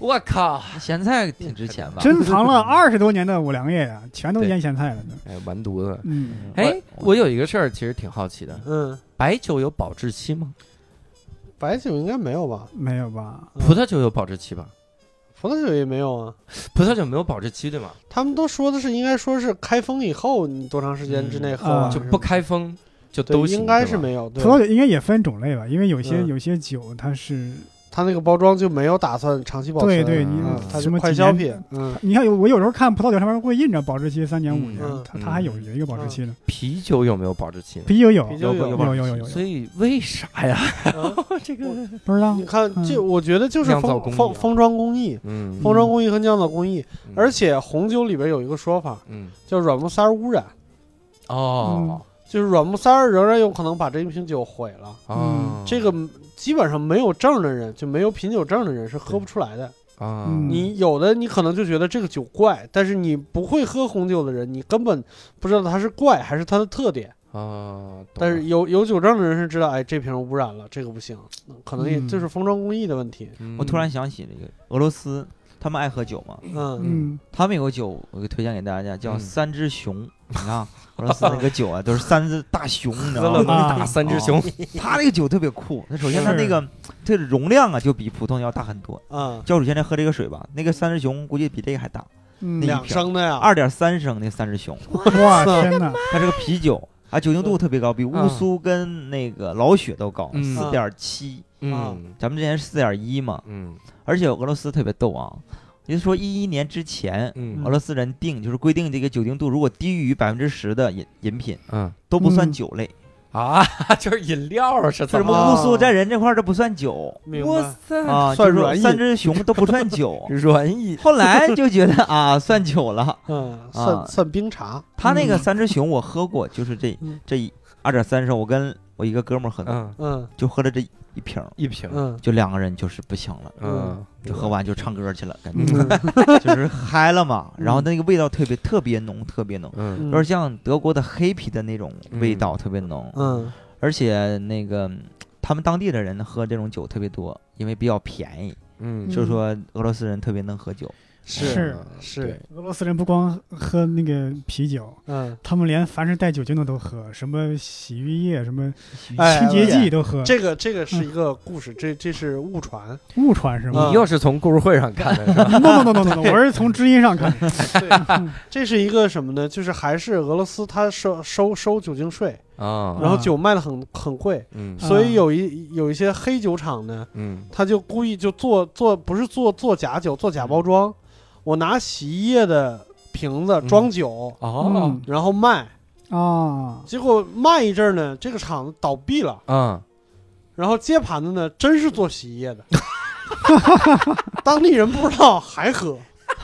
我 *laughs* 靠！
咸菜挺值钱吧？
珍藏了二十多年的五粮液啊，全都
对
腌咸菜了。就
哎，完犊子！
嗯，
哎，我有一个事儿，其实挺好奇的，
嗯，
白酒有保质期吗？
白酒应该没有吧？
没有吧？
葡萄酒有保质期吧？
葡萄酒也没有啊。
葡萄酒没有保质期对吗？
他们都说的是，应该说是开封以后你多长时间之内喝
嗯
完、
啊
就
什么
不开封就
对
都行，
应该是
对吧
没有。对
葡，萄酒应该也分种类吧，因为有些
嗯
有些酒它是，
他那个包装就没有打算长期保存。
对
啊
对，你
嗯
它
什
是
么
快
几
消
年
品。嗯，
你看有我有时候看葡萄酒上面会印着保质期三年
嗯
五年
嗯，
它它还有有一个保质期呢。
啤酒有没有保质期呢？
啤酒有
啤
有
酒
有
有
吧
有有有有，
所以为啥呀？
啊
这个
不知道
嗯你看，这我觉得就是
酿造
封
工艺
封
啊
封装工艺、
嗯
封装工艺和酿造工艺。
嗯
而且红酒里边有一个说法
嗯
叫软木塞污染，
哦
嗯
就是软木塞仍然有可能把这一瓶酒毁了。
哦，
这个基本上没有证的人，就没有品酒证的人是喝不出来的。
啊，
嗯
你有的你可能就觉得这个酒怪，但是你不会喝红酒的人，你根本不知道它是怪还是它的特点。
啊，懂
但
了
是有有酒证的人是知道，哎，这瓶污染了，这个不行，可能也
嗯
就是封装工艺的问题。
嗯
我突然想起了一个俄罗斯，他们爱喝酒嘛，
嗯
嗯
他们有个酒，我给推荐给大家，叫
嗯
三只熊。你看俄罗斯那个酒啊，都是三只大熊，你知
喝
道
了
吗？
能打
啊
三只熊，
他那个酒特别酷，它首先它
是
那个这个容量啊，就比普通要大很多。
嗯，
教主现在喝这个水吧，那个三只熊估计比这个还大，
嗯，
两升的呀，
二点三升那三只熊，
哇天哪，
它是个啤酒，啊，酒精度特别高，比乌苏跟那个老雪都高，
嗯
四点七。
嗯
咱们之前是四点一嘛，
嗯
而且俄罗斯特别逗啊，也就是说一一年之前，
嗯
俄罗斯人定就是规定这个酒精度如果低于百分之十的饮饮品
嗯
都不算
嗯
酒类，
啊， *laughs* 就是饮料是
就
怎
什
么？
么乌苏在人这块儿这不算酒
明
哇
白？
塞，。
啊，
算
就是说
软饮
三只熊都不算酒
*laughs* 软饮
后来就觉得啊，算酒了。
嗯，
啊
算算冰茶。
他那个
嗯
三只熊我喝过，就是这
嗯
这一二点三升，我跟我一个哥们儿喝的，
嗯
嗯
就喝了这一瓶儿，
一瓶
嗯
就两个人就是不行了，
嗯
就喝完就唱歌去了，感
嗯
觉 *laughs* 就是嗨了
*laughs*
嘛。然后那个味道特别特别浓，特别浓，
嗯
有
嗯
点像德国的黑啤的那种味道，特别浓。
嗯
而且那个嗯他们当地的人喝这种酒特别多，因为比较便宜，
嗯
就是说俄罗斯人特别能喝酒。
是
是
是
俄罗斯人不光喝那个啤酒，
嗯，
他们连凡是带酒精的都喝，什么洗浴液、什么
哎
清洁剂都喝，
这个这个
嗯
是一个故事，这这是
*laughs*
误传。
误传是吗
你又是从故事会上看的是 *laughs* 吧？
？no no no no no，我是从知音上看的。
对，这是一个什么呢？就是还是俄罗斯，它收收收酒精税，
啊，
然后
啊
酒卖的很很贵，
嗯
啊
所以有一有一些黑酒厂呢，
嗯
他就故意就做做不是做做假酒，做假包
嗯
装，我拿洗衣液的瓶子装酒，
哦
嗯
然后卖，
啊，
结果卖一阵儿呢，这个厂子倒闭了。
嗯
然后接盘的呢，真是做洗衣液的， *laughs* 当地人不知道还喝，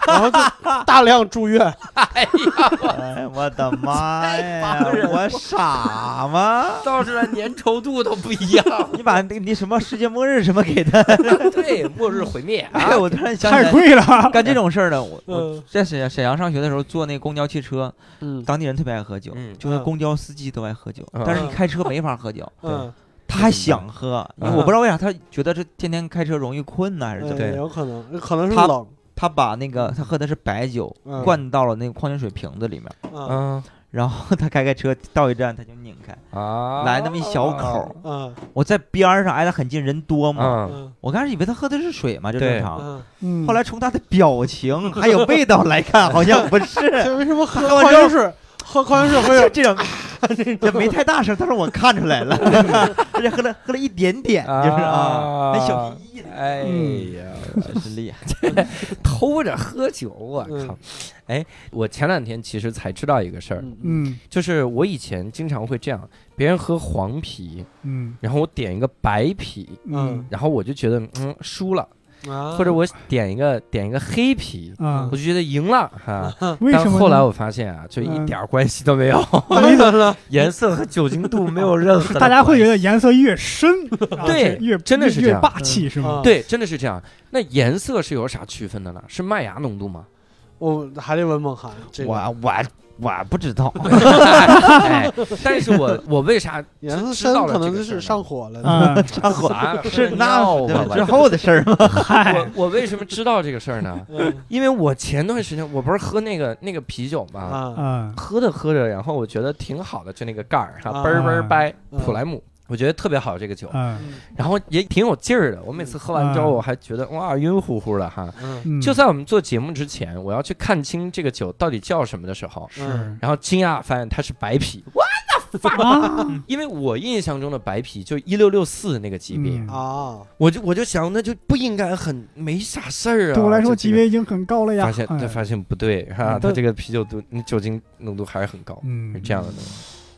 然后就大量住院。
哎，我的妈呀！
烦人
我傻吗？
倒出来粘稠度都不一样，
*laughs* 你把那你什么世界末日什么给他？
*laughs* 对，末日毁灭啊
哎， *laughs* 我突然想起
太
来，
贵了。
干这种事儿的，我我
嗯
在沈阳沈阳上学的时候坐那公交汽车，
嗯
当地人特别爱喝酒，
嗯
就是公交司机都爱喝酒，
嗯
但是你开车没法喝酒，
嗯，
他还想喝，
嗯
因为我不知道为啥他觉得这天天开车容易困呢，还是怎么？
对
嗯有可能，可能是
他
冷。
他把那个他喝的是白酒
嗯，
灌到了那个矿泉水瓶子里面，
嗯
*laughs* 嗯
然后他开开车到一站他就拧开，
啊，
来那么一小口儿，
嗯
我在边儿上挨得很近，人多嘛，
嗯，啊
嗯
我开始以为他喝的是水嘛，就
对
正常。
嗯，
嗯，
后来从他的表情 *laughs* 还有味道来看，好像不是，
这为什么喝
喝完
矿
之
泉
后
水喝矿泉水会
就
有？
*laughs* 这种，也没太大声，但是我看出来了，而且喝了喝了一点点，就是啊，很小心翼翼的，
哎
嗯
呀，
真是 *laughs* 厉害。
偷着喝酒，我
嗯
靠！哎，我前两天其实才知道一个事儿，
嗯
嗯
就是我以前经常会这样，别人喝黄啤，
嗯
然后我点一个白啤，
嗯
然后我就觉得嗯输了，
啊
或者我点一个点一个黑啤，
啊
我，就觉得赢了哈。
为什
但
么
后
呢
来我发现啊，就一
嗯
点儿关系都没有，
当然了，
颜色和酒精度没有任何的关系。 *laughs*
大家会觉得颜色越深，啊
对
越
真的是
越
这
越
样
霸气是吗？
啊
对，真的是这样。那颜色是有啥区分的呢？是麦芽浓度吗？
我还得问孟涵这个
我我我不知道，
*laughs* 哎，但是我我为啥
颜
知
色
知道了
深可
这
能
个事儿
就是
呢
上火了。？
啊，
上火
啊
是那
尿吧
对之后的事儿吗？
我我为什么知道这个事儿呢
嗯
哎 *laughs* 因为我前段时间我不是喝那个那个啤酒嘛，
啊
啊
喝着喝着，然后我觉得挺好的，就那个盖儿哈，
啊
嘣儿嘣儿掰，
嗯
普莱姆。我觉得特别好这个酒，
啊，
嗯
然后也挺有劲儿的。我每次喝完之后，
嗯
我还觉得哇晕乎乎的哈。
嗯
嗯
就在我们做节目之前，我要去看清这个酒到底叫什么的时候，
嗯
是
然后惊讶发现它是白啤，
啊，
因为我印象中的白啤就一六六四那个级别，
嗯
啊，
我就我就想那就不应该很没啥事儿啊。
对我来说
就
级
这个
别已经很高了呀。
发现
哎
他发现不对哈，
嗯
他
对
这个啤酒度酒精浓度还是很高，是
嗯，
这样的东西。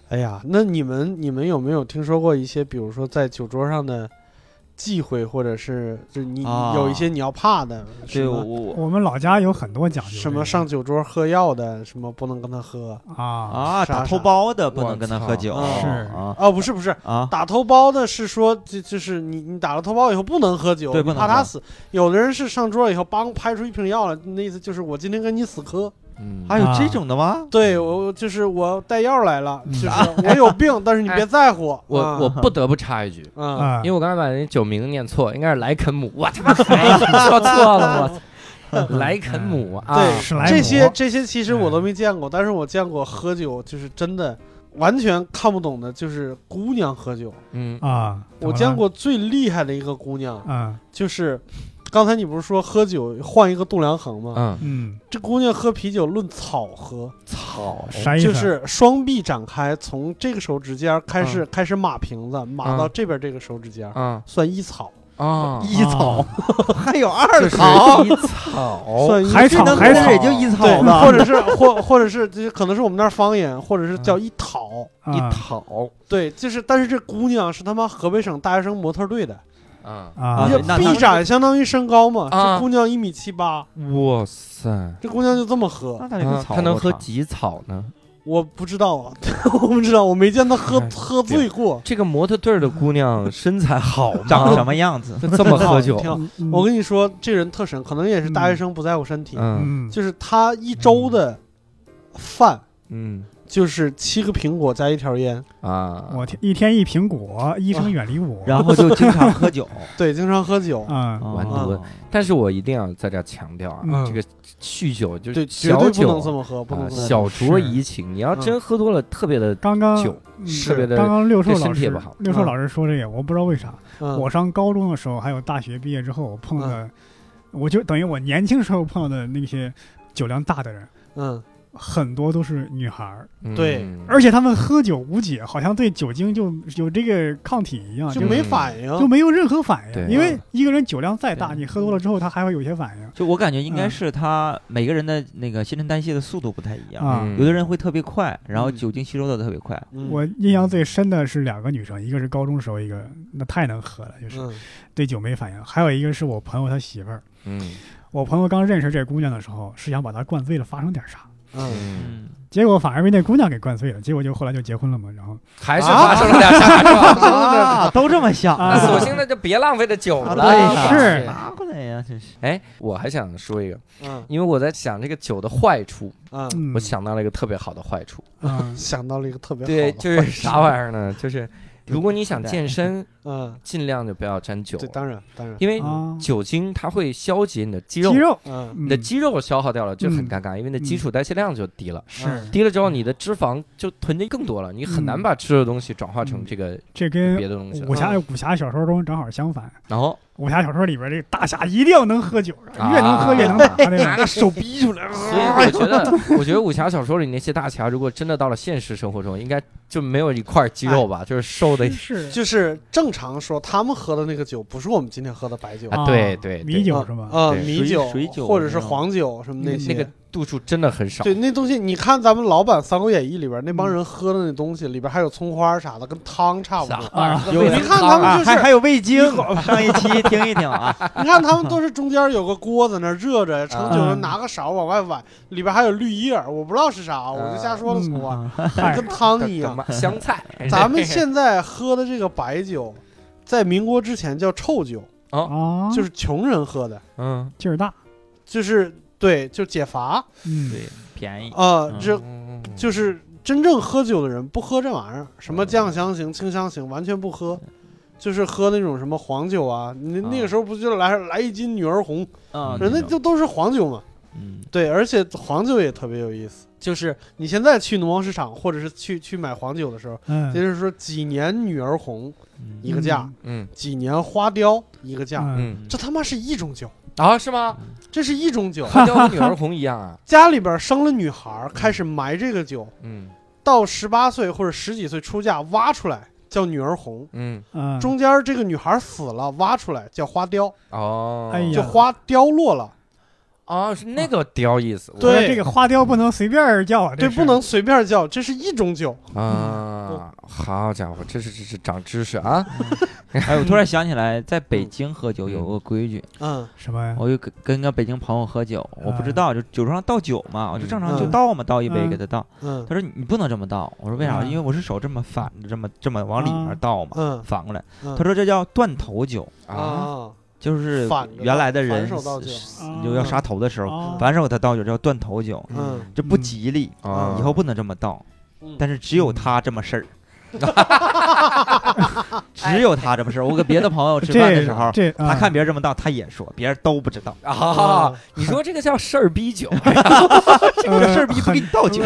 哎呀，那你们你们有没有听说过一些，比如说在酒桌上的忌讳，或者是就你、
啊
有一些你要怕的，什
对我
么
我
我们老家有很多讲究这个，
什么上酒桌喝药的，什么不能跟他喝
啊
啊，打
啥啥
头孢的不
我
能跟他
操
喝酒，
啊
是
啊
哦，不是不是，
啊，
打头孢的是说就就是你你打了头孢以后不能喝酒，
对
你
不能
怕他
喝
死。有的人是上桌以后帮拍出一瓶药来，那意思就是我今天跟你死磕。
嗯，
还有
啊
这种的吗？
对我就是我带药来了，
嗯
就是
啊
我有病，但是你别在乎
我
啊
我不得不插一句，
嗯
啊，
因为我刚才把那酒名念错，应该是莱肯姆，我他妈说错了，我操莱肯姆啊，
对
史莱姆
这些这些其实我都没见过，但是我见过喝酒就是真的完全看不懂的，就是姑娘喝酒。
嗯
啊，
我见过最厉害的一个姑娘，
啊，
就是刚才你不是说喝酒换一个度量衡吗？
嗯，
嗯，
这姑娘喝啤酒论草喝，
操，
啥意思？
就是双臂展开，从这个手指尖儿开
嗯
始开始码瓶子，码到这边这个手指尖儿，
啊
算一草，
啊，
一草还有
就
二
是
草，
一草，
*laughs* 算一
哦海
这
草
能喝
海
的
草
也就
*laughs*
一草
对，
吧
或。者是或或者是就是可能是我们那儿方言，或者是叫一讨。
嗯啊
一草，
对，就是，但是这姑娘是他妈河北省大学生模特队的，
啊，
啊
你
对
看
那
臂展相当于身高嘛，
啊
这姑娘一米七八，
哇塞，
这姑娘就这么喝，
那他
啊他能
喝
喝几草呢？
我不知道啊， *laughs* 我不知道，我没见她喝
哎
喝醉过。
这个模特队儿的姑娘身材好吗？
长什么样
*laughs*
子？
就这么喝酒？
挺好
嗯
我跟你说，这人特神，可能也是大学生不在乎身体，
嗯
嗯，
就是他一周的饭
嗯
就是七个苹果加一条烟，
啊，
我天，一天一苹果，医生远离我。
然后就经常喝酒， *laughs*
对，经常喝酒，
啊，
完犊子
犊
但是我一定要在这儿强调啊，
嗯
这个酗酒就
对，
是
绝
小
对不
酒
能这么喝，不能
啊
这么喝。嗯
小酌
是
怡情。你要真喝多了，特别的
刚刚
酒，
嗯
特别
是，
的
刚刚六兽
对
老
身体也
师
不好，啊
六兽
嗯
老师说这个，我不知道为啥。
嗯
我上高中的时候，还有大学毕业之后，我碰到的，我就等于我年轻时候碰到的那些酒量大的人，
嗯，
很多都是女孩儿，
嗯
对
而且她们喝酒无解，好像对酒精就有这个抗体一样，
就
就
没嗯反应，
就没有任何反
对
应。因为一个人酒量再大，
对
你喝多了之后，他还会有一些反应
就我感觉应该
嗯
是他每个人的那个新陈代谢的速度不太一样，
啊。
嗯
有的人会特别快，然后
嗯
酒精吸收的特别快。
嗯
我印象最深的是两个女生，一个是高中时候，一个那太能喝了，就是
嗯
对酒没反应；还有一个是我朋友他媳妇儿。
嗯
我朋友刚认识这姑娘的时候，是想把她灌醉了，发生点啥，
*laughs* 嗯，
嗯， *laughs*
结果反而被那姑娘给灌醉了，结果就后来就结婚了嘛。然后
还是发生了点啥是
*laughs*
吧？
啊，都这么想
啊
那索性那就别浪费这酒
啊
了。
对是
拿过来呀，啊真是。
哎，我还想说一个，
嗯
因为我在想这个酒的坏处，
嗯，
嗯，
我想到了一个特别好的坏处。
啊，
想到了一个特别好
对，
的
就是啥玩意儿呢？就是如果你想
对
健身，
嗯，
尽量就不要沾酒啊
对，，当然当然，
因为
啊，
酒精它会消解你的肌肉，
肌肉，
嗯
你
嗯
的肌肉消耗掉了就很
嗯
尴尬，因为你的基础代谢量就低了。
是
低了之后，你的脂肪就囤积更多了，你很难
嗯
把吃的东西转化成这个
这
别
跟
的东西了。
武
啊
侠武侠小说中正好相反。
然后
武侠小说里边这个大侠一定要能喝酒，
啊
越能喝越能打，对
*laughs* 拿
吧？
个手逼出来，
所以我觉
哎
得， *laughs* 我觉得武侠小说里那些大侠，如果真的到了现实生活中，应该就没有一块肌肉吧，就是瘦的
真哎是
就是正常说他们喝的那个酒不是我们今天喝的白酒，
啊对对
米酒
啊
是吧？
啊，
对
米
水
酒
水酒
或者是
那种
黄酒什么
那
那
那
些
个。度数真的很少。
对，那东西你看，咱们老版《三国演义》里边那帮
嗯
人喝的那东西，里边还有葱花啥的，跟汤差不多。
啊，
有
你看他们
啊，
就是
还还有味精，上一期听一听啊，
*laughs* 你看他们都是中间有个锅在那儿热着，盛酒
啊
了拿个勺往外崴，里边还有绿叶儿，我不知道是啥，我就瞎说了
嗯
粗啊， *laughs*
嗨
跟汤一
什
样。
么香
*laughs*
菜？*laughs*
咱们现在喝的这个白酒，在民国之前叫臭酒，
啊，
就是穷人喝的，
嗯，
劲儿大，
就是对，就解乏
嗯，
对，便宜，
啊，这
嗯
就是真正喝酒的人不喝这玩意儿，什么酱香型、清香型完全不喝，就是喝那种什么黄酒啊。那那个时候不就来来一斤女儿红，
嗯，
人家
那种
就都是黄酒嘛。
嗯
对，而且黄酒也特别有意思，就是你现在去农贸市场或者是去去买黄酒的时候，就
嗯，
是说几年女儿红
嗯
一个价，
嗯
几年花雕一个价，
嗯，
嗯
这他妈是一种酒，
啊，是吗？。
这是一种酒
花雕和女儿红一样啊。
家里边生了女孩儿，开始埋这个酒，
嗯
到十八岁或者十几岁出嫁挖出来叫女儿红。
嗯
嗯，
中间这个女孩死了，挖出来叫花雕，
哦，
哎呀
就花凋落了，
哦，是那个雕意思。我
对
这个花雕不能随便儿叫啊，这
对，
是
不能随便叫，这是一种酒。
啊，好家伙，这是这是长知识啊！
哎，我突然想起来，在北京喝酒有个规矩，
嗯
什么呀？
我就跟跟个北京朋友喝酒，我不知
嗯
道，就酒桌上倒酒嘛，我就正常就
嗯
倒嘛，倒一杯
嗯
给他倒。
嗯
他说你不能这么倒，我说为啥？
嗯
因为我是手这么反着，这么这么往里面
啊
倒嘛，
嗯
反过来。
嗯
他说这叫断头酒，
啊，，
就是
反着倒
原来的
反
人
手倒
是
酒
是
啊
就要杀头的时候，
哦
反手给他倒酒叫断头酒，
嗯
这不
嗯
吉利，
啊
以后不能这么倒。
嗯
但是只有他这么
*laughs*
事儿。只有他这么事儿。我跟别的朋友吃
这
饭的时
哎
候，
这
他
啊
看别人这么倒，他也说，别人都不知道。
嗯
啊，你说这个叫事儿逼酒，
这个事儿逼不给你
嗯
倒酒，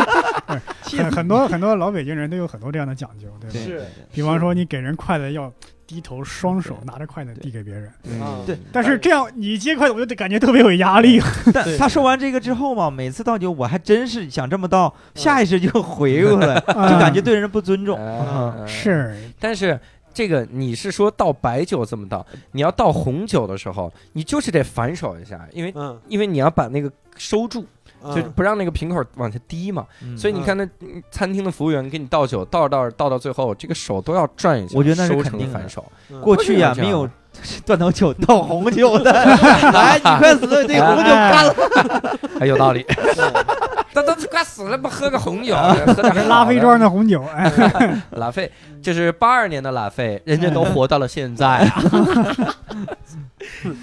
*laughs*
气
很很多很多老北京人都有很多这样的讲究，对吧？
对
是
比方说，你给人筷子要低头，双手
对
拿着筷子递给别人。
*laughs* 嗯
对，
但是这样你接筷子，我就得感觉特别有压力。
但
对
他说完这个之后嘛，每次倒酒我还真是想这么倒，下意识就回过
*laughs*
来，就感觉对人不尊重。
嗯
啊是
但是这个你是说倒白酒这么倒，你要倒红酒的时候，你就是得反手一下，因为
嗯，
因为你要把那个收住，
嗯
就是不让那个瓶口往下滴嘛。
嗯
所以你看那嗯餐厅的服务员给你倒酒，倒着倒着倒到最后，这个手都要转一下，
我觉得那是
收
肯
成
定的
反手。
*laughs*
嗯
过去呀
为什么这样
没有 *laughs* 断头酒倒红酒的，
*laughs*
来你快死，这红酒
哎
干了。
哎，有道理。
嗯
但都快死了，不喝个红酒，喝点好的
拉菲庄的红酒，哎，
*laughs* 拉菲，这是八二年的拉菲，人家都活到了现在，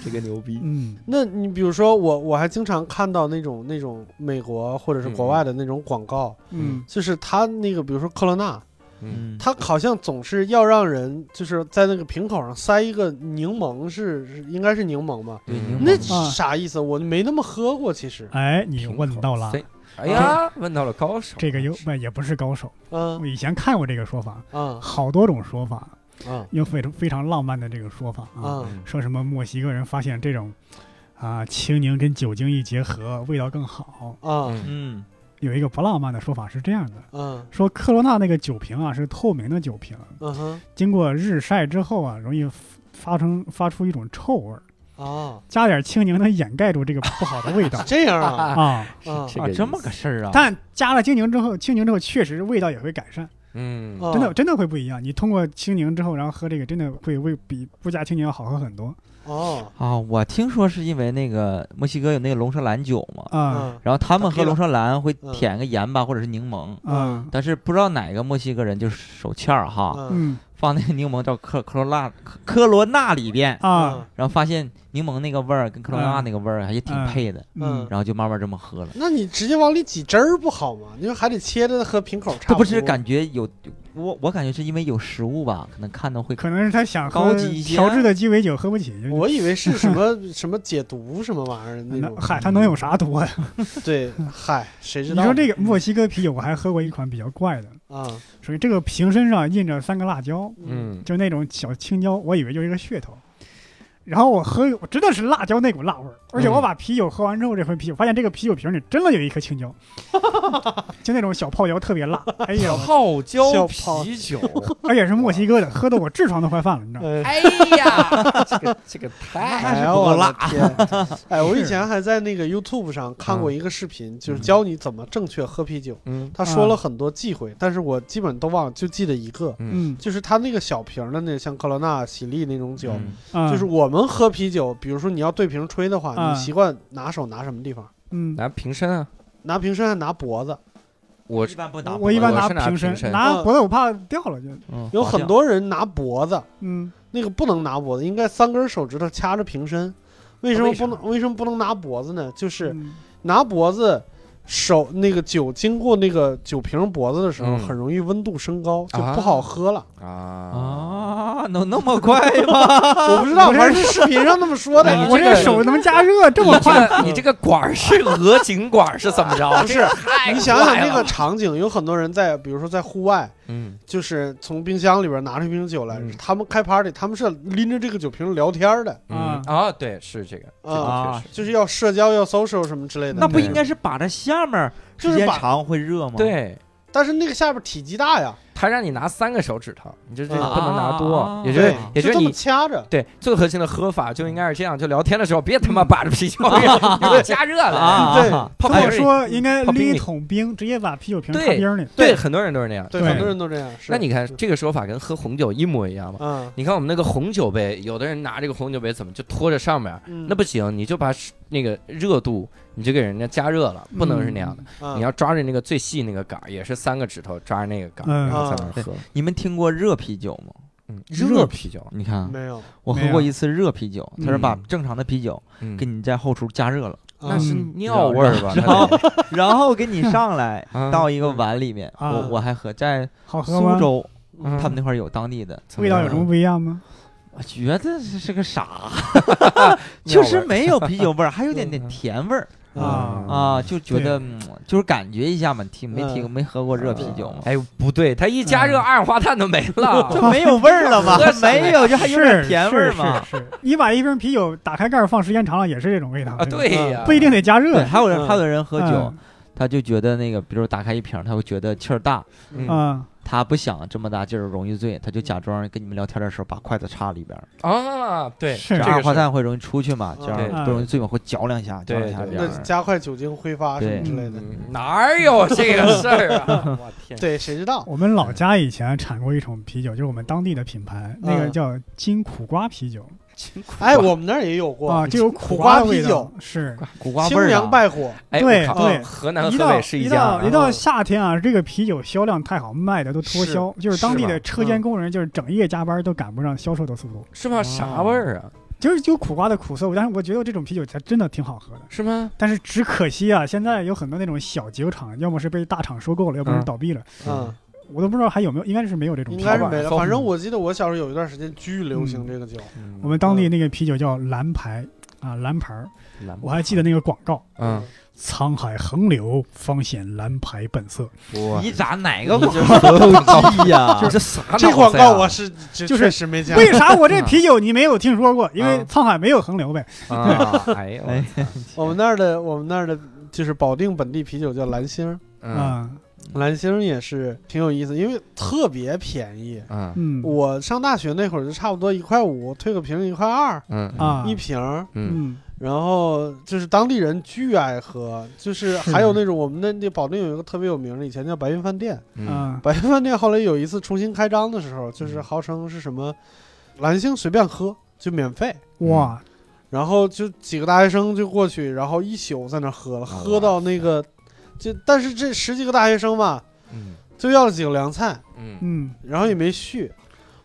这个牛逼。
嗯，
*laughs* 那你比如说我，我还经常看到那种那种美国或者是国外的那种广告，
嗯
就是他那个比如说科罗娜，
嗯，
他好像总是要让人就是在那个瓶口上塞一个柠檬是，是应该是柠檬吧？
对
嗯
柠檬
那
啊
啥意思？我没那么喝过，其实。
哎，你问到了，
所以嗯哎呀，问到了高手。
这个有不也不是高手，
嗯
我以前看过这个说法，
嗯
好多种说法，
嗯
有非常非常浪漫的这个说法啊，
嗯
说什么墨西哥人发现这种啊青柠跟酒精一结合，味道更好。
嗯
嗯
有一个不浪漫的说法是这样的，
嗯
说科罗娜那个酒瓶啊是透明的酒瓶，
嗯哼
经过日晒之后啊，容易发成发出一种臭味儿，
哦，
加点青柠能掩盖住这个不好的味道
这样啊
啊。
*laughs* 啊
这
啊
个
这么个事儿啊，
但加了精柠之后，青柠之后确实味道也会改善，
嗯
啊
真的真的会不一样。你通过青柠之后，然后喝这个，真的会会比不加青柠要好喝很多
哦
啊，我听说是因为那个墨西哥有那个龙舌兰酒嘛，
啊
嗯
然后他们
打
喝
屁了
龙舌兰会
嗯
舔个盐巴或者是柠檬，
啊
但是不知道哪个墨西哥人就是手欠儿哈，
嗯
嗯
放那个柠檬到科科罗纳科科罗娜里边，
嗯
啊
然后发现柠檬那个味儿跟科罗娜
嗯
那个味儿啊还也挺
嗯
配的，
嗯
嗯
然后就慢慢这么喝了。
那你直接往里挤汁儿不好吗？因为还得切着喝瓶口差
这
多
不是感觉有我我感觉是因为有食物吧，可能看到会
可能是他想
高
喝
级一些
调制的鸡尾酒，喝不起。就是
我以为是什么 *laughs* 什么解毒什么玩意儿那
那
种，
嗯嗨，他能有啥毒呀？
对，嗨，谁知
你
道？
说这个墨西哥啤酒，我还喝过一款比较怪的，
啊，
属于这个瓶身上印着三个辣椒，
嗯，
就那种小青椒，我以为就是一个噱头。然后我喝，我真的是辣椒那股辣味儿，而且
嗯
我把啤酒喝完之后，这瓶啤酒发现这个啤酒瓶里真的有一颗
*laughs*
青椒，就那种小泡椒特别辣，哎呀，
泡椒
小泡
啤酒，
而且是墨西哥的，喝的我痔疮都快犯了，你知道吗？
哎
哎呀，这个这个太
哎
是
呀，
不够
我的
辣
天！哎，我以前还在那个 YouTube 上看过一个视频，就是教你怎么正确喝啤酒。
嗯
他说了很多忌讳，但是我基本都忘了，就记得一个，
*laughs* 嗯
嗯，
就是他那个小瓶儿的那像科罗娜、喜力那种酒，
嗯
啊
就是我们喝啤酒，比如说你要对瓶吹的话，
嗯
你习惯拿手拿什么地方？
嗯，
拿瓶身啊，
拿瓶身还拿脖子？
我
一般不拿
我
脖
我一
子
般
我
拿
是拿
瓶
瓶身嗯
拿脖子我怕掉了就，
嗯
有
划
很
掉
多人拿脖子，
嗯，
那个不能拿脖子，应该三根手指头掐着瓶身。为什么
为啥
不能？为什么不能拿脖子呢？就是
嗯
拿脖子，手那个酒经过那个酒瓶脖子的时候，
嗯
很容易温度升高，就
啊
不好喝了。
啊，
啊，能那么快
*laughs*
吗？
我不知道，
我这
反正是视频上那么说的。
哎你
我
这
这
个
个手能加热这么
你这
快？
个你这个管儿是
*laughs*
鹅颈管儿是怎么着？
不是
这个太
你想想
快
那个
了，
场景，有很多人在，比如说在户外，
嗯
就是从冰箱里边拿出一瓶酒来，
嗯
他们开 party，他们是拎着这个酒瓶聊天的，
嗯啊，对，是这个这个
啊
确实
就是要社交、要 social 什么之类的。
那不
对
应该是把这下面儿
就
时
是
间
把
长会热吗？，
对。
但是那个下边体积大呀，
他让你拿三个手指头，你这这
啊
不能拿多
啊，
也就
对
是，也
就
就是
这么
你
掐着。
对最核心的喝法就应该是这样，就聊天的时候别他妈把着啤酒给我加热了
啊，
对
啊
泡
跟
泡
我
水
说应该
泡冰
拎一
里
桶冰，直接把啤酒瓶
对
插冰里。
对，很多人都是那样。
对，
对
很多人都这样。是
那你看这个说法跟喝红酒一模一样嘛？
嗯
你看我们那个红酒杯，有的人拿这个红酒杯怎么就拖着上面儿，
嗯，
那不行，你就把是那个热度你就给人家加热了，不能是那样的。
嗯
你要抓着那个最细那个杆儿，也是三个指头抓着那个杆儿，
嗯
然后在那儿喝。
你们听过热啤酒吗？
嗯
热
热啤酒，
你看，
没有，
我喝
没
过
有
一次热啤酒，他是把
嗯
正常的啤酒
嗯
给你在后厨加热了，
那是
嗯
尿味儿吧？
然后
*laughs*
然后给你上 *laughs* 来
啊
到一个碗里面，
啊
我我还喝，在
好喝
苏
吗？
州
嗯
他们那块儿有当地的，
味道有什么不一样吗？
我觉得是是个 *laughs* 傻，就是没有啤酒味 *laughs* 儿，还有点点甜味儿
嗯
啊
啊，就觉得嗯就是感觉一下嘛，听没听
嗯
没喝过热啤酒嘛， *laughs*
哎呦，不对，它一加热，
嗯
二氧化碳都没了。
就嗯没有味儿了 *laughs* 嘛
喝，啥呀
没有就还有点
啊是
甜味儿嘛，
是是是你把一瓶啤酒打开盖儿放时间长了也是这种味道
*laughs* 啊，
对吧，
对呀，
不一定得加热
对，还有人
嗯
还有人喝酒
嗯，
他就觉得那个，比如打开一瓶，他会觉得气儿大，
嗯
啊。
他不想这么大劲儿容易醉，他就假装跟你们聊天的时候把筷子插里边儿，
啊，对，
是
这
这个
二氧化
是
碳会容易出去嘛，这
对
样不容易醉嘛，会嚼两下，嚼两下这
对
样
那
儿。
加快酒精挥发什么之类的。
嗯哪儿有这个事儿啊？我天，
对，谁知道？
我们老家以前产过一种啤酒，就是我们当地的品牌，那个
嗯
叫金苦瓜啤酒
真苦
哎，我们那儿也有过
啊，就有苦
苦
瓜的
啤
味
酒
道，，是
苦瓜味
清
儿
凉
啊，
败火。
哎，
对
我靠
对
河南
一
河
到
北是
一
家啊
到一到夏天啊，这个啤酒销量太好，卖的都脱
是
销，就是当地
是吧
的车间工人就是整夜加班都赶不上销售的速度，
是吧？啥味儿啊？
就是有苦瓜的苦涩味。但是我觉得这种啤酒才真的挺好喝的，
是吗？
但是只可惜啊，现在有很多那种小酒厂，要么是被大厂收购了，要不
嗯
是倒闭了，
嗯，
我都不知道还有没有，应该是没有这种
应
啤
该是
酒。
没了。
糟
反正我记得我小时候有一段时间巨流行
嗯
这个酒。
我们当地那个啤酒叫蓝牌啊，蓝牌儿，我还记得那个广告。
嗯，
沧海横流，方显蓝牌本色。
我
你咋哪个不
这
是
*laughs*
手机呀？
这啥脑子呀？
*laughs* 这广告我是这嗯
就是
确实没见过。
为啥我这啤酒你没有听说过？因为
啊
沧海没有横流呗。
啊，哎呦，
哎
我们那儿的我们那儿的就是保定本地啤酒叫蓝星儿，
嗯
啊，
蓝星儿也是挺有意思，因为特别便宜。
嗯
嗯，
我上大学那会儿就差不多一块五，退个瓶一块二
嗯
啊，
一瓶儿，
嗯
嗯
然后就是当地人巨爱喝，就是还有那种我们那那保定有一个特别有名的，以前叫白云饭店，
嗯
啊
白云饭店后来有一次重新开张的时候，
嗯
就是号称是什么蓝星随便喝就免费，
哇，
然后就几个大学生就过去，然后一宿在那喝
啊
了，喝到那个就但是这十几个大学生吧，
嗯
就要了几个凉菜，
嗯，
嗯，
然后也没续。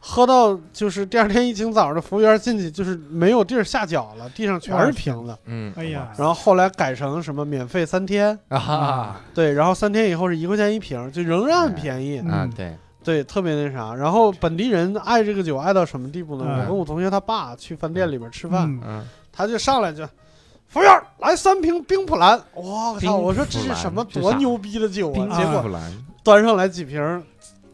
喝到就是第二天一清早的，服务员进去就是没有地儿下脚了，地上全是瓶子。
嗯，
哎呀，
然后后来改成什么免费三天，
啊
对，然后三天以后是一块钱一瓶，就仍然很便宜。
嗯
啊，对，
对，特别那啥。然后本地人爱这个酒爱到什么地步呢？
嗯
我跟我同学他爸去饭店里边吃饭，
嗯，
哎嗯，
他就上来就，服务员来三瓶冰普兰。我
冰普
操！
兰
我说这是什么
这
多
啥
牛逼的酒
冰
啊！
激
结
布
果
兰，
端上来几瓶，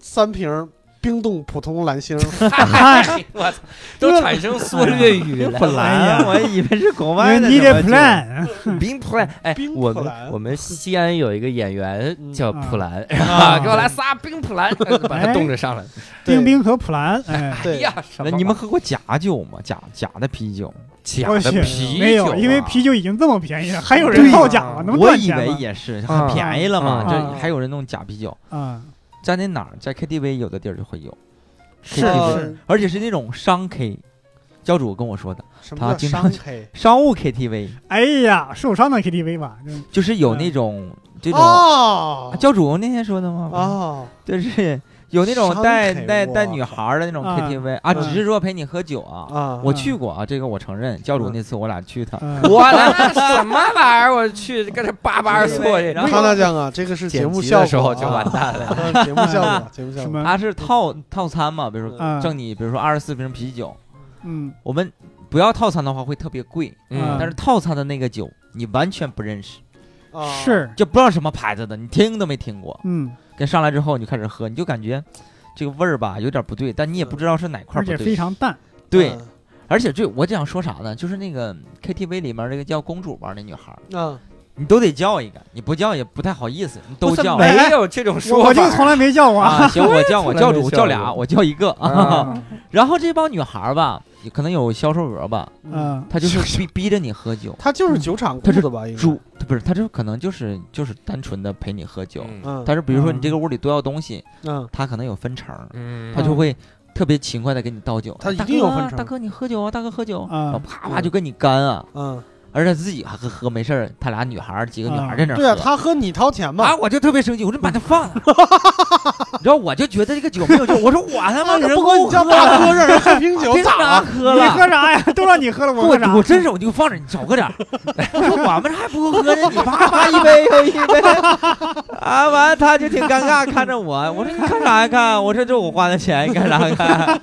三瓶冰冻普通蓝星。
嗨，哎我操，都产生缩略语了。
本来
哎呀
我以为是国
*laughs*
外的
你
什
得
么酒， *laughs*
plan，
冰普 *laughs* 兰，哎
冰，普
我们
兰
我们西安有一个演员
嗯
叫
啊
普兰，
哎
*laughs*
啊
给我来仨冰普兰，把他
哎
冻着上来。
冰冰和普兰，哎，
哎
对，
呀，什
那
么
你们
玩意
喝过假酒吗？假假的啤酒？
儿假
我
的
去
啤酒啊，
没有，因为啤酒已经这么便宜了，还有人
对
造假吗？能
我
赚
以
钱
为
吗？
也是
啊
很便宜了嘛，
啊
这还有人弄假啤酒，
啊，
在那哪儿，在 KTV 有的地儿就会有，
是
呃
是，
而且是那种商 K。教主跟我说的，
什
他
么叫
经
商
常
K？
商务 KTV
哎呀，受伤的 KTV 吧，这
就是有
嗯
那种这种，
哦
教主那天说的吗？
哦，
就是有那种
商
带
K，
带带
哇
女孩儿的那种
啊
KTV 啊，
嗯
只是说陪你喝酒啊。
啊，
我去过啊，这个我承认。教主那次我俩去的，
嗯
我那什么玩意儿？我去，跟这叭叭
对
错这，
然后
康大酱啊，这个是节
剪
目
辑
效
的
果
时候就
啊
完蛋了。
啊 *laughs* 节目效果，节目效
什
果。
么
他是套套餐嘛，比如说
嗯
挣你，比如说二十四瓶啤酒，
嗯
我们不要套餐的话会特别贵，
嗯
嗯
但是套餐的那个酒你完全不认识，
啊
是
就不知道什么牌子的，你听都没听过。
嗯，
跟上来之后你就开始喝，你就感觉这个味儿吧有点不对，但你也不知道是哪块
而
儿不
且非
对。
常淡，
嗯
对，，而且这我想说啥呢？就是那个 KTV 里面那个叫公主玩儿那女孩儿，
嗯，
你都得叫一个，你不叫也不太好意思，你都
不是
叫
没有这种
我
说
哎我就
法
从来没叫过啊，
啊。行，我叫
从
我
来
教
没
主
叫
叫
过
俩，我叫一个
嗯
啊
啊。然后这帮女孩儿吧，也可能有销售额吧，
嗯，
她就是逼逼着你喝酒。
他就是酒厂雇
他是
的吧？应该
主她不是，她就可能就是就是单纯的陪你喝酒，
嗯
嗯，
但是比如说你
嗯
这个屋里多要东西，
嗯，
她可能有分成儿，
嗯，
她就会特别勤快的给你倒酒。
她一
大
定
哥
有分成
大哥你喝酒啊，大哥喝酒，
啊
然后啪啪就跟你干啊，
嗯，
而且自己还喝喝没事儿，他俩女孩儿几个女孩儿在那儿喝。
对啊，他和你掏钱
啊，
嘛，
我就特别生气，我说你把他
*laughs*
放了，你知道，我就觉得这个酒没有劲儿。我说我他妈
他
人
啊
啊
不管你叫大哥让人喝瓶酒啊
凭
咋
啥
了？
喝
你
了？
喝啥呀？都让你喝了，我喝啥
我？我伸手就放着，你少喝
*laughs*
点儿。我说我们这还不够喝呢，你啪啪一杯又一杯，啊，完了他就挺尴尬看着我，我说你看啥呀看？我说这我花的钱，你干啥看？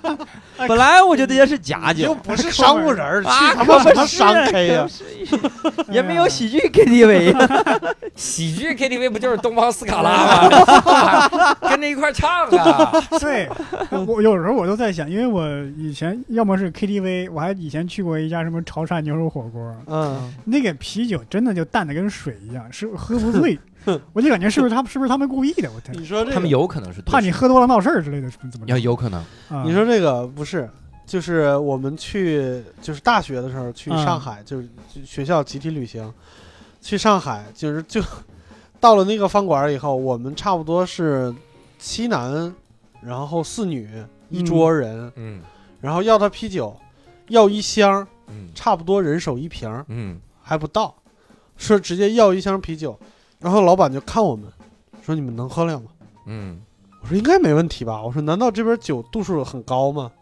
哎
本来我觉得这是假
你
酒，
又不是商务人儿，去
啊，
他妈
可
什么
是
商 K
*laughs*
呀
可？是也没
哎
有喜剧 KTV，
喜剧 KTV 不就是东方斯卡拉 *laughs* 吗？跟着一块儿唱啊！
*laughs*
对，我有时候我都在想，因为我以前要么是 KTV，我还以前去过一家什么潮汕牛肉火锅，
嗯，
那个啤酒真的就淡的跟水一样，是喝不醉，我就感觉是不是他们是不是他们故意的？我天，
你说这
他们
个，
有可能是
怕你喝多了闹事儿之类的，怎么
要
着？
有可能
啊
你说这个不是？就是我们去，就是大学的时候去
嗯
上海，就是学校集体旅行，去上海，就是就到了那个饭馆儿以后，我们差不多是七男，然后四女一桌人，
嗯
然后要他啤酒，要一箱儿，
嗯
差不多人手一瓶儿，
嗯
还不到，说直接要一箱啤酒，然后老板就看我们，说你们能喝了吗？
嗯
我说应该没问题吧？我说难道这边酒度数很高吗？
嗯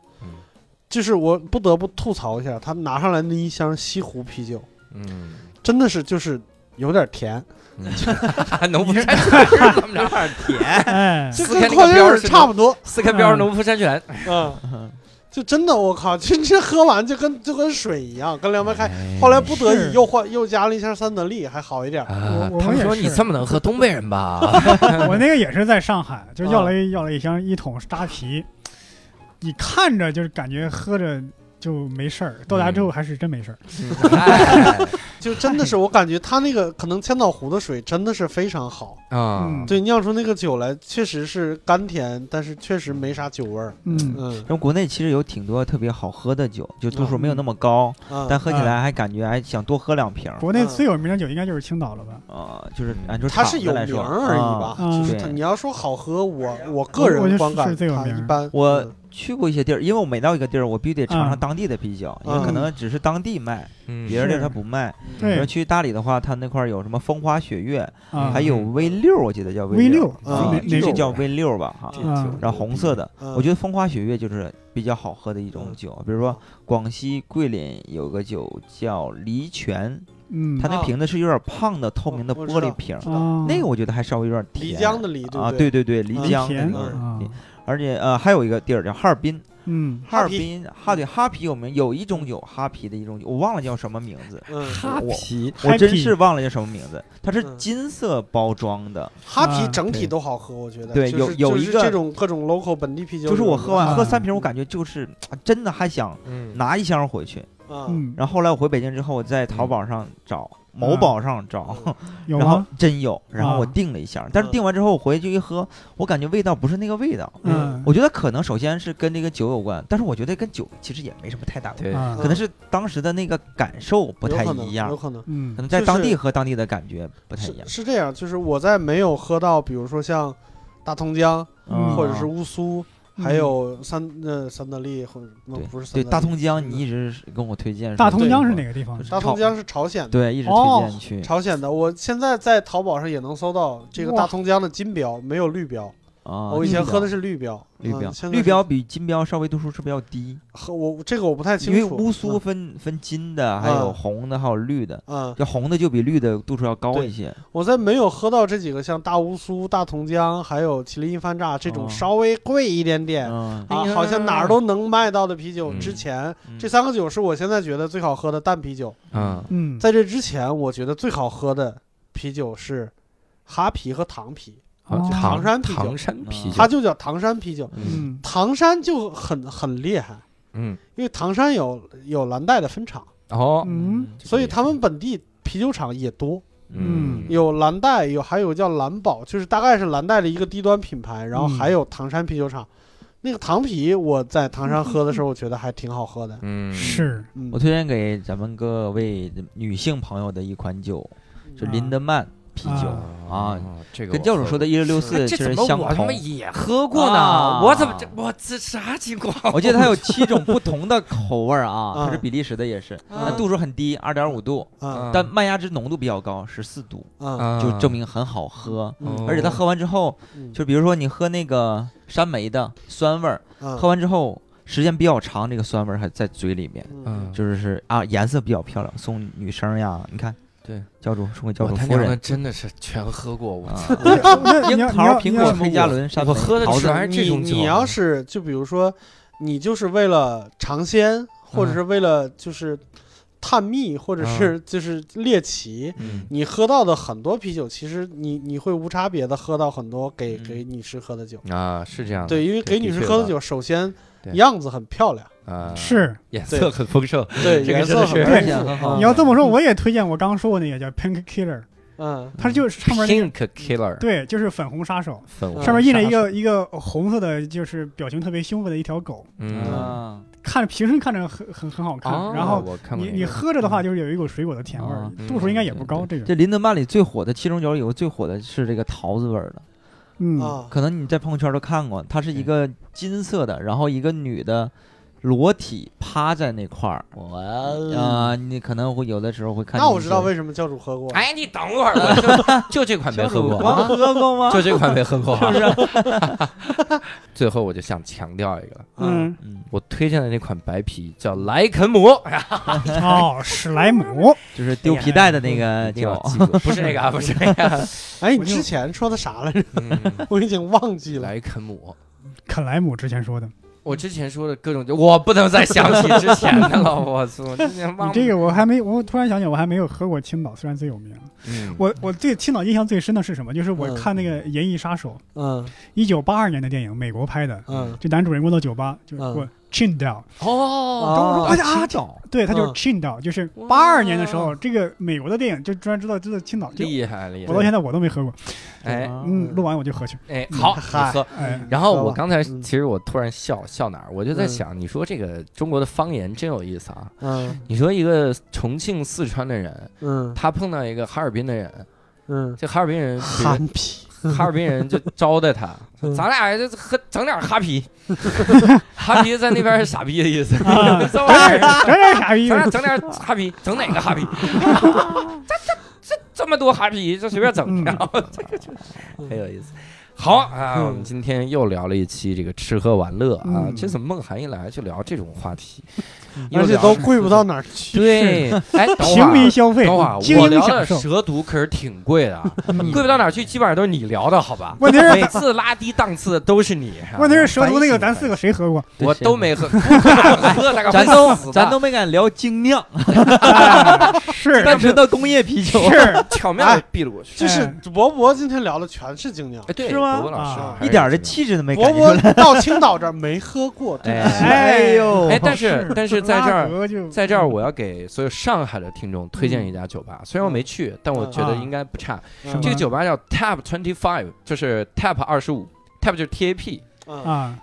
就是我不得不吐槽一下，他拿上来那一箱西湖啤酒，
嗯 *laughs*
真的是就是有点甜，
嗯， *laughs* 农夫山泉是他们这儿
*laughs*
甜，
哎，
就
撕开
跟
那个
矿泉
标儿
水
是
差
*laughs*
不多。
四开标农夫山泉，
嗯，就真的我靠，这这喝完就跟就跟水一样，跟凉白开。
哎
哎
后来不得已
是
又换又加了一箱三得利，还好一
*laughs*
点。
啊
我，我
他们
也
说
是
你这么能喝，东北人 *laughs* 吧？
我那个也是在上海，就
啊
要了一要了一箱一桶扎啤，你看着就是感觉喝着就没事儿，到达之后
嗯
还是真没事儿。
哎
就真的是我感觉他那个可能千岛湖的水真的是非常好，
啊
嗯，
对，酿出那个酒来确实是甘甜，但是确实没啥酒味儿。
嗯，
嗯
然后国内其实有挺多特别好喝的酒，就度数
嗯
没有那么高，
啊，
但喝起来还感觉还想多喝两瓶儿。
国内最有名的酒应该就是青岛了吧？
呃，就是
嗯
按照
它
厂
是
子
有
来
名
说
儿而已
啊
吧，
嗯
就是它
对
你要说好喝，我我
我
个
我
人
就
观
是
感
是最有
它
名
一
儿
般。
我
嗯
去过一些地儿，因为我每到一个地儿，我必须得尝
嗯
尝当地的啤酒，因为可
嗯
能只是当地卖，
嗯
别人地儿
是
他不卖。
对
然后去大理的话，他那块儿有什么风花雪月，
啊，
嗯还有 V 六，我记得叫
V
六
六，
啊
啊
哪，哪
是
种
叫 V 六吧？哈。
啊
然后红色的，
嗯
我觉得风花雪月就是比较好喝的一种酒。比如说广西桂林有个酒叫梨泉，
嗯，
它那
啊
瓶子是有点胖的透
我
明的
我知
玻璃
道
瓶儿，
啊
那个我觉得还稍微有点
漓
甜。
江的漓，
啊，
对
对对，
嗯
漓
梨
江
甜
那个
嗯
啊
梨，而且呃还有一个地儿叫哈尔滨，
嗯，
哈尔
哈啤
滨哈对哈啤有名，有一种酒哈啤的一种酒，我忘了叫什么名字，
嗯，
哈啤
我真
Happy
是忘了叫什么名字，它是
嗯
金色包装的，
哈
啊
啤整体
对
都好喝，我觉得。
对
就
有
是
有
就
一
是
个
这种各种 local 本地啤酒，
就是我喝
啊
完喝三瓶，我
嗯
感觉就是啊真的还想
嗯，
拿一箱回去。
啊，
嗯，
然后后来我回北京之后，我在
嗯
淘宝上找，某宝上找，
有
然后
吗？
真有，然后我
啊
订了一箱，但是
嗯
订完之后我回去一喝，我感觉味道不是那个味道。
嗯，
我觉得可能首先是跟这个酒有关，但是我觉得跟酒其实也没什么太大关系，
对，
啊
可能是当时的那个感受不
有
太
可能
一样
有，可能。
嗯
可能在
就是
当地和当地的感觉不太一
是
样，
是这样，就是我在没有喝到，比如说像大同江
嗯
或者是乌苏，
嗯
还有三呃三得利或者那
对
不是三
对
得利
大同江，你一直是跟我推荐说
大同江是哪
个？
个地方？
大同江是朝鲜的，
对，一直
哦
推荐你去
朝鲜的。我现在在淘宝上也能搜到这个
哇
大同江的金标，没有绿标。
啊。
我以前
绿
喝的
标
是绿标，
绿标
嗯现，在
绿
是
标比金标稍微度数是不是要低？
喝我这个我不太
因
清
为
楚。嗯
乌苏分分金的，还有
啊
红的，还有绿的，
嗯，嗯，
就红的就比绿的度数要高
对
一些。
我在没有喝到这几个像大乌苏、大同江，还有麒麟一番炸这种
哦
稍微贵一点点。
嗯，
啊，好像哪儿都能卖到的啤酒。
嗯
之前
嗯
这三个酒是我现在觉得最好喝的淡啤酒，
嗯，
嗯，
在这之前，我觉得最好喝的啤酒是哈啤和唐啤，
好
哦
唐
唐山啤酒啊
唐山啤酒，
它就叫唐山啤酒。
嗯
嗯
唐山就很很厉害，
嗯，
因为唐山有有蓝带的分厂，
哦，
嗯，
所以他们本地啤酒厂也多，
嗯
有蓝带，有还有叫蓝宝，就是大概是蓝带的一个低端品牌，然后
嗯
还有唐山啤酒厂。那个唐啤，我在唐山喝的时候，我觉得还挺好喝的。
嗯
是
嗯
我，推荐给咱们各位女性朋友的一款酒是林德曼啤酒
啊
啊，
哦这个
跟
啊我
教主
喝
说的一六六四其
这怎
实
么
相
我他
同
妈。也喝过呢
啊？
我怎么这我这啥情况？
我记得它有七种不同的口味儿啊，
啊
它是比利时的，也是，
啊
但度数很低，二点五度，
嗯
但麦芽汁浓度比较高，十四度，
嗯
啊哦
就证明很好喝。
嗯
而且它喝完之后，
嗯
就比如说你喝那个山梅的酸味儿，
啊
嗯
喝完之后时间比较长，这个酸味儿还在嘴里面，
嗯，
就是是啊，颜色比较漂亮，送女生呀，你看
对，
教主送给教
我
主
他
夫
娘的
人
真的是全喝过，我
啊，
那
樱
你要
桃、
你
苹
要
果、
你
黑加仑、山
我
莓
喝的
桃子
全是这种酒。啊
你你要是就比如说，你就是为了尝
嗯
鲜，或者是为了就是探秘，或者是就是猎奇，
嗯
你喝到的很多啤酒，其实你你会无差别的喝到很多给
嗯
给女士喝的酒。
啊，是这样的，
对，因为给
的
女士
确
喝的
的
酒，首先
对
样子很漂
*laughs*
亮，
啊，
是
颜
对
色很丰盛，
对，
这个
颜
真
色
的
很
是
漂
而
亮
且很好
你要这么说，我也推荐我刚刚说过那个叫 Pink Killer，
嗯
它就是上面那个
Pink Killer
对，就是粉红杀手，
粉红
嗯
上面印着一个一个红色的，就是表情特别凶恶的一条狗，
嗯
啊，
看平时看着很很很好看，
哦
然后
我看过
你
那
你
个
喝着的话，就是有一股水果的甜味儿
啊，
度数应该也不
对
高，这个
这林德曼里最火的七种酒里头最火的是这个桃子味儿的，
嗯
啊，
可能你在朋友圈都看过，它是一
对
个金色的，然后一个女的裸体趴在那块儿，
嗯
啊、你可能会有的时候会看见一些。
那我知道为什么教主喝过。
哎，你等会儿，我就就这款没喝过
光
啊，
喝过吗？
就这款没喝
*laughs*
过啊。 *laughs* 最后我就想强调一个，
啊
嗯
嗯，
我推荐的那款白啤叫莱肯姆，哎呀
哦，史莱姆，
就是丢皮带的那个
一定要
酒，
*laughs*
记住，不是那个啊，不是那个，
哎，你之前说的啥来着？ *laughs*
嗯
我已经忘记了。
莱肯姆。
肯莱姆之前说的，
我之前说的各种酒，我不能再想起之前的
*laughs*
了，我操，我之前忘
你
了
这个我还没，我突然想起来我还没有喝过青岛，虽然最有名。
嗯
我我对青岛印象最深的是什么？就是我
嗯
看那个《银翼杀手》，
嗯
一九八二年的电影，美国拍的，
嗯，
这男主人过到酒吧就
嗯
过 chin down，
哦，
哦
哎呀，这
岛
对，他就
嗯
chin down，就是
哇
八二年的时候，这个美国的电影就突然知道知道青岛，就
厉害厉
我到
害，
现在我都没喝过，
哎
嗯，录完我就喝去，
哎，好，
嗨
你喝。
哎，
然后我
吧
刚才
嗯
其实我突然笑笑哪儿，我就在
嗯
想，你说这个中国的方言真有意思啊！
嗯
你说一个重庆、四川的人，
嗯
他碰到一个哈尔滨的人，
嗯，
这哈尔滨人比如
憨皮，
哈尔滨人就招待
*laughs*
他，
嗯
咱俩就喝整点哈
*laughs*
啤，哈啤在那边是傻逼的意思，
啊
*laughs* 你知道吧？
真是傻逼
咱，俩整点哈啤，整哪个哈啤？这这这这么多哈啤，就随便整，
嗯
然后这个就很有意思。好啊，
嗯
我们今天又聊了一期这个吃喝玩乐啊，
嗯
这怎么孟涵一来就聊这种话题？又
而且
聊
都
了
贵不到哪
*laughs*
儿去。
对，哎，等会儿
平民消费
等会儿，，
精
我
英
聊
享
的
受。
蛇毒可是挺贵的，
嗯
贵不到哪儿去，基本上都是你聊的，好吧？
问题是
每次拉低档次都是你。
问题是蛇毒那个
烦
咱
死
四个谁喝过？
我，我都没喝，不敢喝那个
咱
会死
都
的
咱都没敢聊精
*laughs*
酿，
哎是
但知道工业啤酒。
是，
巧妙的避了过去，
就是博博今天聊的全是精酿
哎，，对，
是吗
博博老师
啊
还
一
是
点儿的
这样
气质都没
博
感觉
博
出 *laughs* 来。
到青岛这儿没喝过，对不起
哎
呦
哎但是
*laughs*
但是在这儿
拉格就
在
嗯
这儿，我要给所有上海的听众推荐一家酒吧，虽然我没去，但
嗯
我觉得
啊
应该不差。
什么
这个酒吧叫 Tap Twenty Five，就是 Tap 二十五，Tap 就是 TAP。
嗯
啊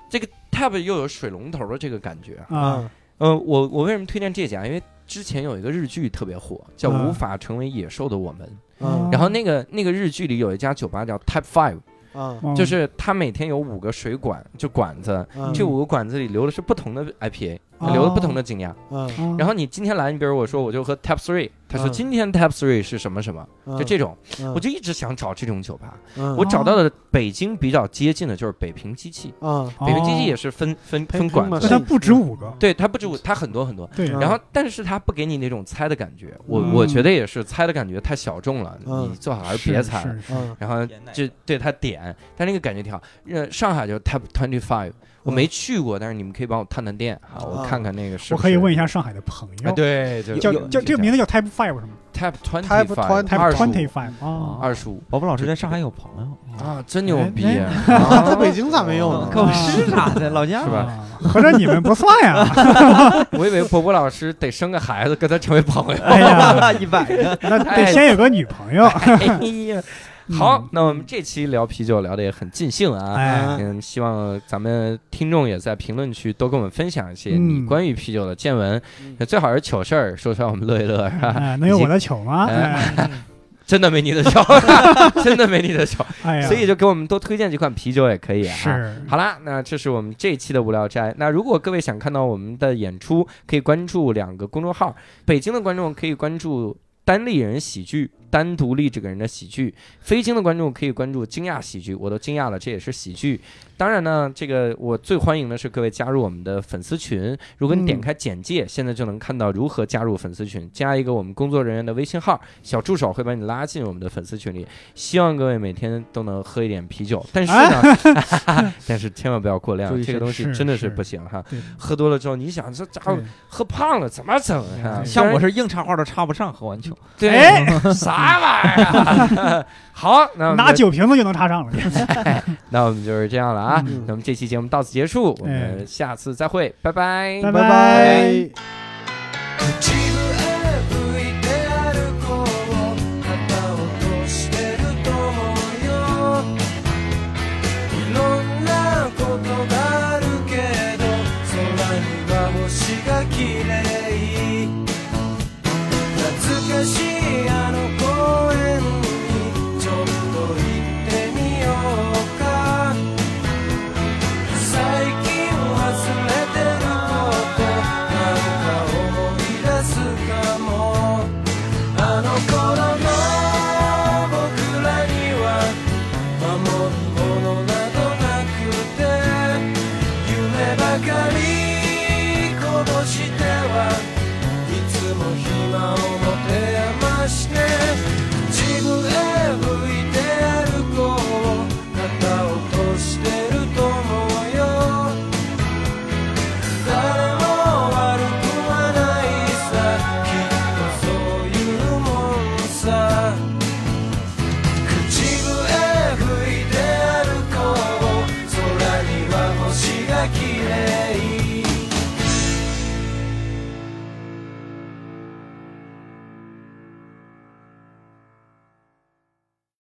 Tap 又有水龙头的这个感觉，
啊，
嗯、我我为什么推荐这家？因为之前有一个日剧特别火，叫《
嗯
无法成为野兽的我们》，
嗯
然后那个那个日剧里有一家酒吧叫 Tap Five，
嗯
嗯
就是它每天有五个水管，就管子，
嗯
这五个管子里留的是不同的 IPA，
哦
留了不同的精酿。
嗯
嗯
然后你今天来，你比如我说我就喝 Tap Three，他说
嗯
今天 Tap Three 是什么什么，
嗯，
就这种，
嗯，
我就一直想找这种酒吧。
嗯
我找到的北京比较接近的就是北平机器，
嗯
北平机器也
哦
是分分
北
分
平
管
嘛
子
但
的，
它不止五个，
对它不止五，它很多很多。
对，
嗯
然后，但是它不给你那种猜的感觉，我
嗯
我觉得也是猜的感觉太小众了，
嗯
你最好还是别猜。
是是
嗯
然后
点哪
就
个
对它点，但那个感觉挺好。呃，上海就是 Tap Twenty Five，我没去过，但是你们可以帮我探探店啊，我
啊
看看那个是
嗯我
不
可以
是
问一下上海的朋
啊，
友，
对，对
叫
有
叫
有
这个名字叫 Type Five 是吗
Tap Twenty
Tap
？Type
25
Twenty Five 啊，
二十五
宝宝老师在上海有朋友，
啊，真牛
哎
逼！
哎 *laughs*
啊
在北京咋没有
我
呢？
靠，是啥的，老家
是吧
啊？ *laughs* 合着你们不算
*laughs*
呀？
我以为波波老师得生个孩子跟他成为朋
*laughs*
友。*laughs*
哎呀，
一百个，
那得先有个女朋友。
哎呀好
嗯，
那我们这期聊啤酒聊的也很尽兴啊。
*laughs* 哎，
嗯，希望咱们听众也在评论区多跟我们分享一些
嗯
你关于啤酒的见闻，
嗯
那最好是糗事儿，说出来我们乐一乐，是吧？
哎能有我的球吗？
哎
哎
真的没你的
*laughs*
糗，真的没你的糗，
哎呀，
所以就给我们多推荐几款啤酒也可以啊。
是
好啦，那这是我们这一期的无聊斋。那如果各位想看到我们的演出，可以关注两个公众号，北京的观众可以关注单立人喜剧。单独立这个人的喜剧，非京的观众可以关注惊讶喜剧，我都惊讶了，这也是喜剧。当然呢，这个我最欢迎的是各位加入我们的粉丝群。如果你点开简介，现在就能看到如何加入粉丝群，加一个我们工作人员的微信号，小助手会把你拉进我们的粉丝群里。希望各位每天都能喝一点啤酒，但是呢，但是千万不要过
注
量，
意
这
身
个东西
体
真的
是
是
是
不行哈。
对
喝多了之后，你想这家伙
对
喝胖了怎么整啊？
嗯
虽
对
像
然
我是硬插话都插不上，喝完酒。
对、
哎
啥玩意儿啊？ *laughs* 好，那我们
拿
就
酒瓶子就能
*laughs*
插上了。
那我们就是这样了啊。
嗯
那我们这期节目到此结束，我们下次再会，拜拜。
拜
拜拜。
口笛吹いて歩こう肩を落としてると思うよいろんなことがあるけど空には星が綺麗懐かしいあの公園にちょっと行ってみようか最近忘れてることなんか思い出すかもあの頃